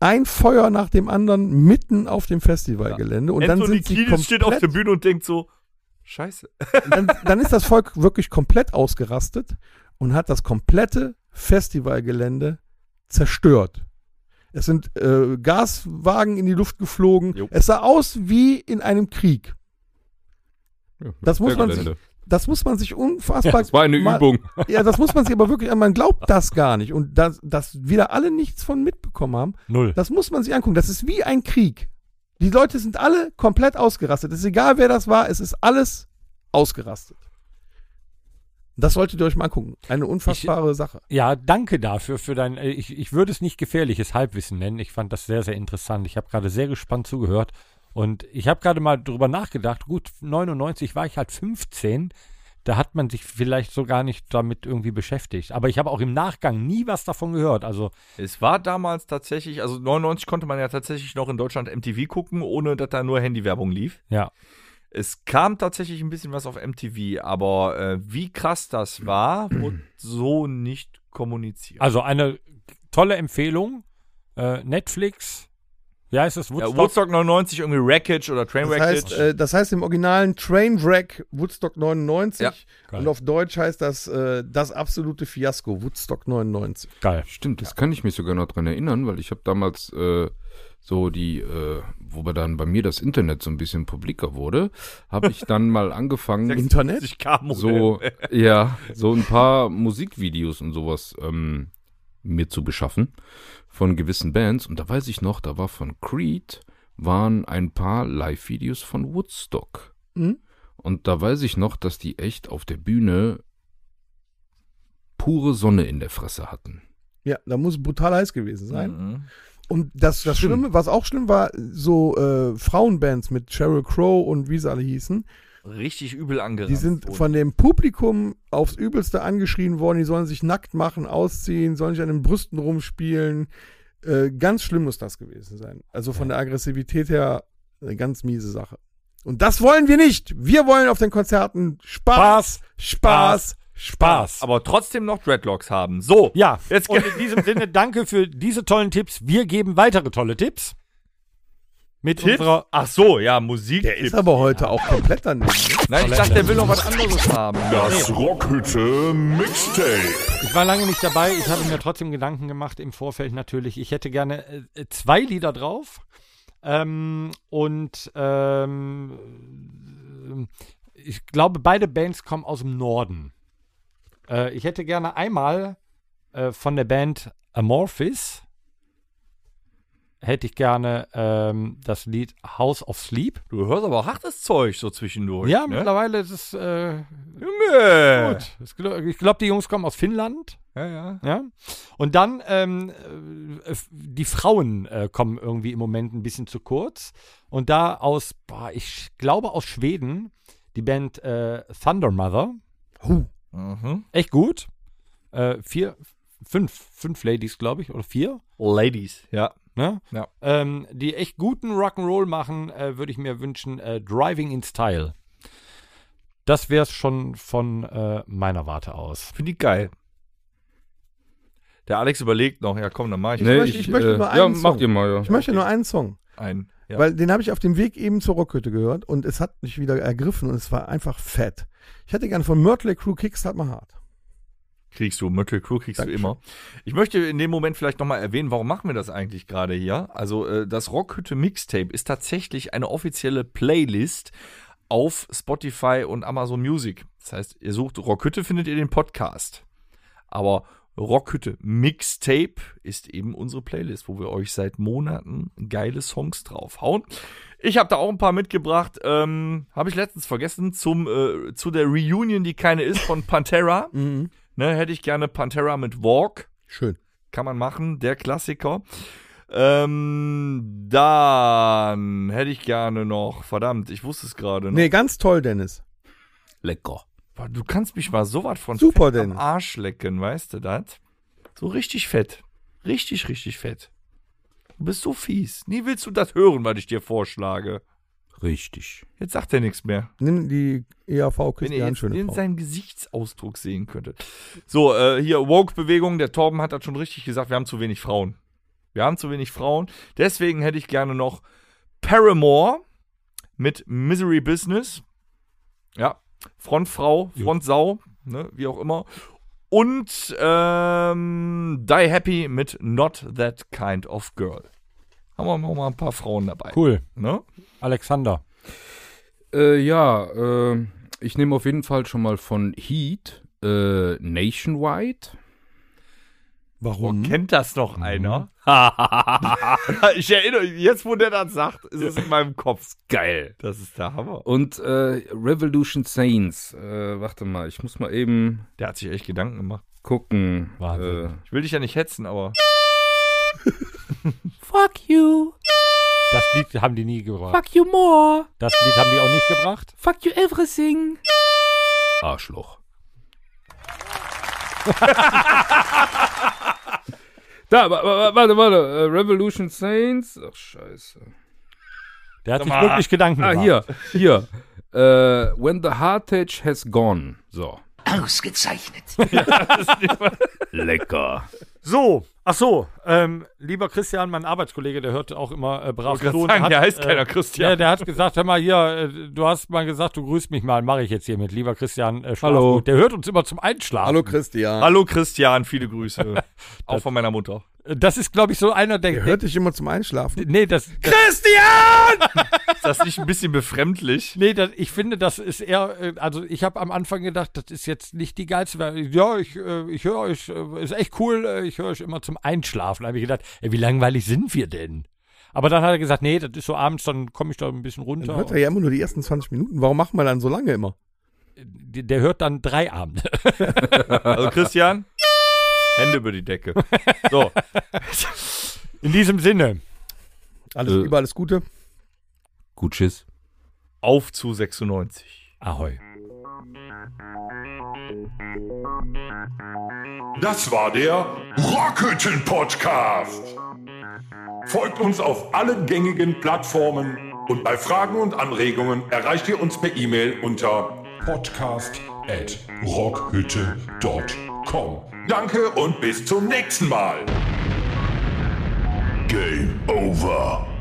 Speaker 3: Ein Feuer nach dem anderen mitten auf dem Festivalgelände. Und dann,
Speaker 1: Anthony
Speaker 3: sind sie
Speaker 1: Kiedis steht auf der
Speaker 3: komplett,
Speaker 1: Bühne und denkt so, scheiße.
Speaker 3: dann, dann ist das Volk wirklich komplett ausgerastet und hat das komplette Festivalgelände zerstört. Es sind äh, Gaswagen in die Luft geflogen.
Speaker 6: Jo.
Speaker 3: Es sah aus wie in einem Krieg.
Speaker 6: Ja,
Speaker 3: Das muss man
Speaker 6: Gelände.
Speaker 3: Das muss man sich unfassbar.
Speaker 6: Das war eine
Speaker 3: mal-
Speaker 6: Übung.
Speaker 3: Ja, das muss man sich aber wirklich, man glaubt das gar nicht. Und dass, dass wieder alle nichts von mitbekommen haben,
Speaker 2: Null.
Speaker 3: das muss man sich angucken. Das ist wie ein Krieg. Die Leute sind alle komplett ausgerastet. Es ist egal, wer das war, es ist alles ausgerastet. Das solltet ihr euch mal angucken. Eine unfassbare Sache.
Speaker 2: Ja, danke dafür für dein. äh, Ich, ich würde es nicht gefährliches Halbwissen nennen. Ich fand das sehr, sehr interessant. Ich habe gerade sehr gespannt zugehört. Und ich habe gerade mal drüber nachgedacht. Gut, 99 war ich halt 15. Da hat man sich vielleicht so gar nicht damit irgendwie beschäftigt. Aber ich habe auch im Nachgang nie was davon gehört. Also,
Speaker 1: Es war damals tatsächlich, also 99 konnte man ja tatsächlich noch in Deutschland MTV gucken, ohne dass da nur Handywerbung lief.
Speaker 2: ja.
Speaker 1: Es kam tatsächlich ein bisschen was auf MTV, aber äh, wie krass das war, wurde so nicht kommuniziert.
Speaker 2: Also eine tolle Empfehlung. Äh, Netflix. Wie heißt es?
Speaker 1: ja,
Speaker 2: Woodstock.
Speaker 1: Woodstock 99, irgendwie Wreckage oder Trainwreck.
Speaker 3: Das heißt, äh, das heißt im Originalen Trainwreck Woodstock 99
Speaker 1: Ja.
Speaker 2: Geil.
Speaker 3: und auf Deutsch heißt das äh, das absolute Fiasko Woodstock 99.
Speaker 2: Geil.
Speaker 6: Stimmt, das kann ich mich sogar noch dran erinnern, weil ich habe damals äh, so die, äh, wobei dann bei mir das Internet so ein bisschen publiker wurde, habe ich dann mal angefangen,
Speaker 3: Internet?
Speaker 1: Ich kam
Speaker 6: so, ja, so ein paar Musikvideos und sowas ähm, mir zu beschaffen von gewissen Bands. Und da weiß ich noch, da war von Creed, waren ein paar Live-Videos von Woodstock.
Speaker 3: Mhm.
Speaker 6: Und da weiß ich noch, dass die echt auf der Bühne pure Sonne in der Fresse hatten.
Speaker 3: Ja, da muss brutal heiß gewesen sein.
Speaker 1: Mhm.
Speaker 3: Und das, das
Speaker 6: Stimmt.
Speaker 3: Schlimme, was auch schlimm war, so äh, Frauenbands mit Sheryl Crow und wie sie alle hießen,
Speaker 1: Richtig übel angerannt.
Speaker 3: die sind
Speaker 1: wurde.
Speaker 3: von dem Publikum aufs Übelste angeschrien worden, die sollen sich nackt machen, ausziehen, sollen sich an den Brüsten rumspielen. Äh, ganz schlimm muss das gewesen sein. Also von der Aggressivität her eine ganz miese Sache. Und das wollen wir nicht. Wir wollen auf den Konzerten Spaß, Spaß, Spaß.
Speaker 2: Spaß.
Speaker 1: aber trotzdem noch Dreadlocks haben. So.
Speaker 2: Ja,
Speaker 1: Jetzt
Speaker 2: und in diesem Sinne danke für diese tollen Tipps. Wir geben weitere tolle Tipps. Mit unserer.
Speaker 1: Ach so, ja, Musik.
Speaker 3: Der ist aber heute auch komplett daneben.
Speaker 1: Nein, ich dachte, der will noch was anderes haben.
Speaker 5: Das Rockhütte Mixtape.
Speaker 2: Ich war lange nicht dabei. Ich habe mir trotzdem Gedanken gemacht im Vorfeld natürlich. Ich hätte gerne äh, zwei Lieder drauf. Ähm, und ähm, ich glaube, beide Bands kommen aus dem Norden. Äh, ich hätte gerne einmal äh, von der Band Amorphis hätte ich gerne ähm, das Lied House of Sleep.
Speaker 1: Du hörst aber auch hartes Zeug so zwischendurch.
Speaker 2: Ja,
Speaker 1: ne?
Speaker 2: mittlerweile ist es äh,
Speaker 1: Junge.
Speaker 2: gut. Es gl- Ich glaube, die Jungs kommen aus Finnland.
Speaker 1: Ja, ja.
Speaker 2: Ja? Und dann, ähm, äh, f- die Frauen äh, kommen irgendwie im Moment ein bisschen zu kurz. Und da aus, boah, ich sch- glaube aus Schweden, die Band äh, Thunder Mother,
Speaker 1: Mhm.
Speaker 2: echt gut. Äh, vier, fünf, fünf Ladies, glaube ich, oder vier.
Speaker 1: Ladies, ja.
Speaker 2: Ne?
Speaker 1: Ja.
Speaker 2: Ähm, die echt guten Rock'n'Roll machen, äh, würde ich mir wünschen, äh, Driving in Style. Das wäre es schon von äh, meiner Warte aus.
Speaker 1: Finde ich geil. Der Alex überlegt noch, ja komm, dann mach ich
Speaker 3: Nee. möchte- ich möchte nur
Speaker 6: äh, Ja,
Speaker 3: einen Song.
Speaker 6: macht ihr mal, ja.
Speaker 3: Ich möchte nur einen Song,
Speaker 1: einen. Ja.
Speaker 3: weil den habe ich auf dem Weg eben zur Rockhütte gehört und es hat mich wieder ergriffen und es war einfach fett. Ich hätte gern von Mörtley Crew Kickstart mal hart.
Speaker 1: kriegst du, Mötley Crew kriegst
Speaker 3: Dankeschön.
Speaker 1: du immer. Ich möchte in dem Moment vielleicht nochmal erwähnen, warum machen wir das eigentlich gerade hier? Also äh, das Rockhütte Mixtape ist tatsächlich eine offizielle Playlist auf Spotify und Amazon Music. Das heißt, ihr sucht Rockhütte, findet ihr den Podcast. Aber Rockhütte Mixtape ist eben unsere Playlist, wo wir euch seit Monaten geile Songs draufhauen. Ich habe da auch ein paar mitgebracht, ähm, habe ich letztens vergessen, zum, äh, zu der Reunion, die keine ist, von Pantera. Ne, hätte ich gerne Pantera mit Walk.
Speaker 3: Schön.
Speaker 1: Kann man machen, der Klassiker. Ähm, dann hätte ich gerne noch, verdammt, ich wusste es gerade noch.
Speaker 3: Nee, ganz toll, Dennis.
Speaker 6: Lecker.
Speaker 1: Boah, Du kannst mich mal so was von
Speaker 3: Super,
Speaker 1: fett am
Speaker 3: Dennis.
Speaker 1: Arsch lecken, weißt du das? So richtig fett. Richtig, richtig fett. Du bist so fies. Nie willst du das hören, was ich dir vorschlage.
Speaker 6: Richtig.
Speaker 1: Jetzt sagt er nichts mehr.
Speaker 3: Nimm die E EAV
Speaker 1: Wenn ihr
Speaker 3: Christian
Speaker 1: jetzt
Speaker 3: schöne
Speaker 1: in
Speaker 3: Frau.
Speaker 1: seinen Gesichtsausdruck sehen könntet. So, äh, hier, Woke-Bewegung, der Torben hat das schon richtig gesagt, wir haben zu wenig Frauen. Wir haben zu wenig Frauen. Deswegen hätte ich gerne noch Paramore mit Misery Business. Ja, Frontfrau, Frontsau, ne, wie auch immer. Und ähm, Die Happy mit Not That Kind of Girl. Haben wir noch mal ein paar Frauen dabei.
Speaker 2: Cool.
Speaker 1: Ne?
Speaker 2: Alexander.
Speaker 6: Äh, ja, äh, ich nehme auf jeden Fall schon mal von Heat äh, Nationwide.
Speaker 3: Warum?
Speaker 1: Kennt das noch einer? ich erinnere mich, jetzt wo der das sagt, ist es in meinem Kopf. Geil. Das ist der Hammer.
Speaker 6: Und äh, Revolution Saints. Äh, warte mal, ich muss mal eben
Speaker 1: Der hat sich echt Gedanken gemacht.
Speaker 6: gucken.
Speaker 2: Wahnsinn.
Speaker 6: Äh,
Speaker 1: Ich will dich ja nicht hetzen, aber
Speaker 9: Fuck you.
Speaker 2: Das Lied haben die nie gebracht.
Speaker 9: Fuck you more.
Speaker 2: Das Lied haben die auch nicht gebracht.
Speaker 9: Fuck you everything.
Speaker 6: äh. Arschloch. da, wa- wa- warte, warte. Äh, Revolution Saints. Ach, scheiße.
Speaker 2: Der hat sich
Speaker 1: mal.
Speaker 2: wirklich Gedanken
Speaker 6: Ah,
Speaker 2: gemacht.
Speaker 6: hier, hier. Äh, When the Heartage has gone. So.
Speaker 10: Ausgezeichnet.
Speaker 6: Lecker.
Speaker 2: So, ach so, ähm, lieber Christian, mein Arbeitskollege, der hört auch immer äh, brav
Speaker 1: grad
Speaker 2: zu und
Speaker 1: sagen, der heißt
Speaker 2: äh,
Speaker 1: keiner Christian.
Speaker 2: Ja, der hat gesagt, hör mal hier, äh, du hast mal gesagt, du grüßt mich mal, mache ich jetzt hier mit. Lieber Christian, äh, schlaf
Speaker 3: Hallo.
Speaker 2: gut. Der hört uns immer zum Einschlafen.
Speaker 3: Hallo Christian.
Speaker 1: hallo Christian, viele Grüße. auch von meiner Mutter.
Speaker 2: Äh, Das ist, glaube ich, so einer, der,
Speaker 3: Er
Speaker 2: der
Speaker 3: hört dich immer zum Einschlafen.
Speaker 2: nee, das, das,
Speaker 1: Ist das nicht ein bisschen befremdlich?
Speaker 2: nee, das, ich finde, das ist eher, äh, also ich habe am Anfang gedacht, das ist jetzt nicht die geilste, weil, ja, ich, äh, ich höre euch, äh, ist echt cool, äh, ich höre euch immer zum Einschlafen. Da habe ich gedacht, ey, wie langweilig sind wir denn? Aber dann hat er gesagt, nee, das ist so abends, dann komme ich da ein bisschen runter.
Speaker 3: Dann hört er ja immer nur die ersten 20 Minuten. Warum machen wir dann so lange immer?
Speaker 2: äh, der, der hört dann drei Abende.
Speaker 1: Also Christian, Hände über die Decke. So,
Speaker 2: In diesem Sinne.
Speaker 3: Alles Liebe, alles Gute.
Speaker 6: Gut, tschüss.
Speaker 1: auf zu 96.
Speaker 2: Ahoi.
Speaker 5: Das war der Rockhütten Podcast. Folgt uns auf allen gängigen Plattformen und bei Fragen und Anregungen erreicht ihr uns per E-Mail unter podcast@rockhütte.com. Danke und bis zum nächsten Mal. Game over.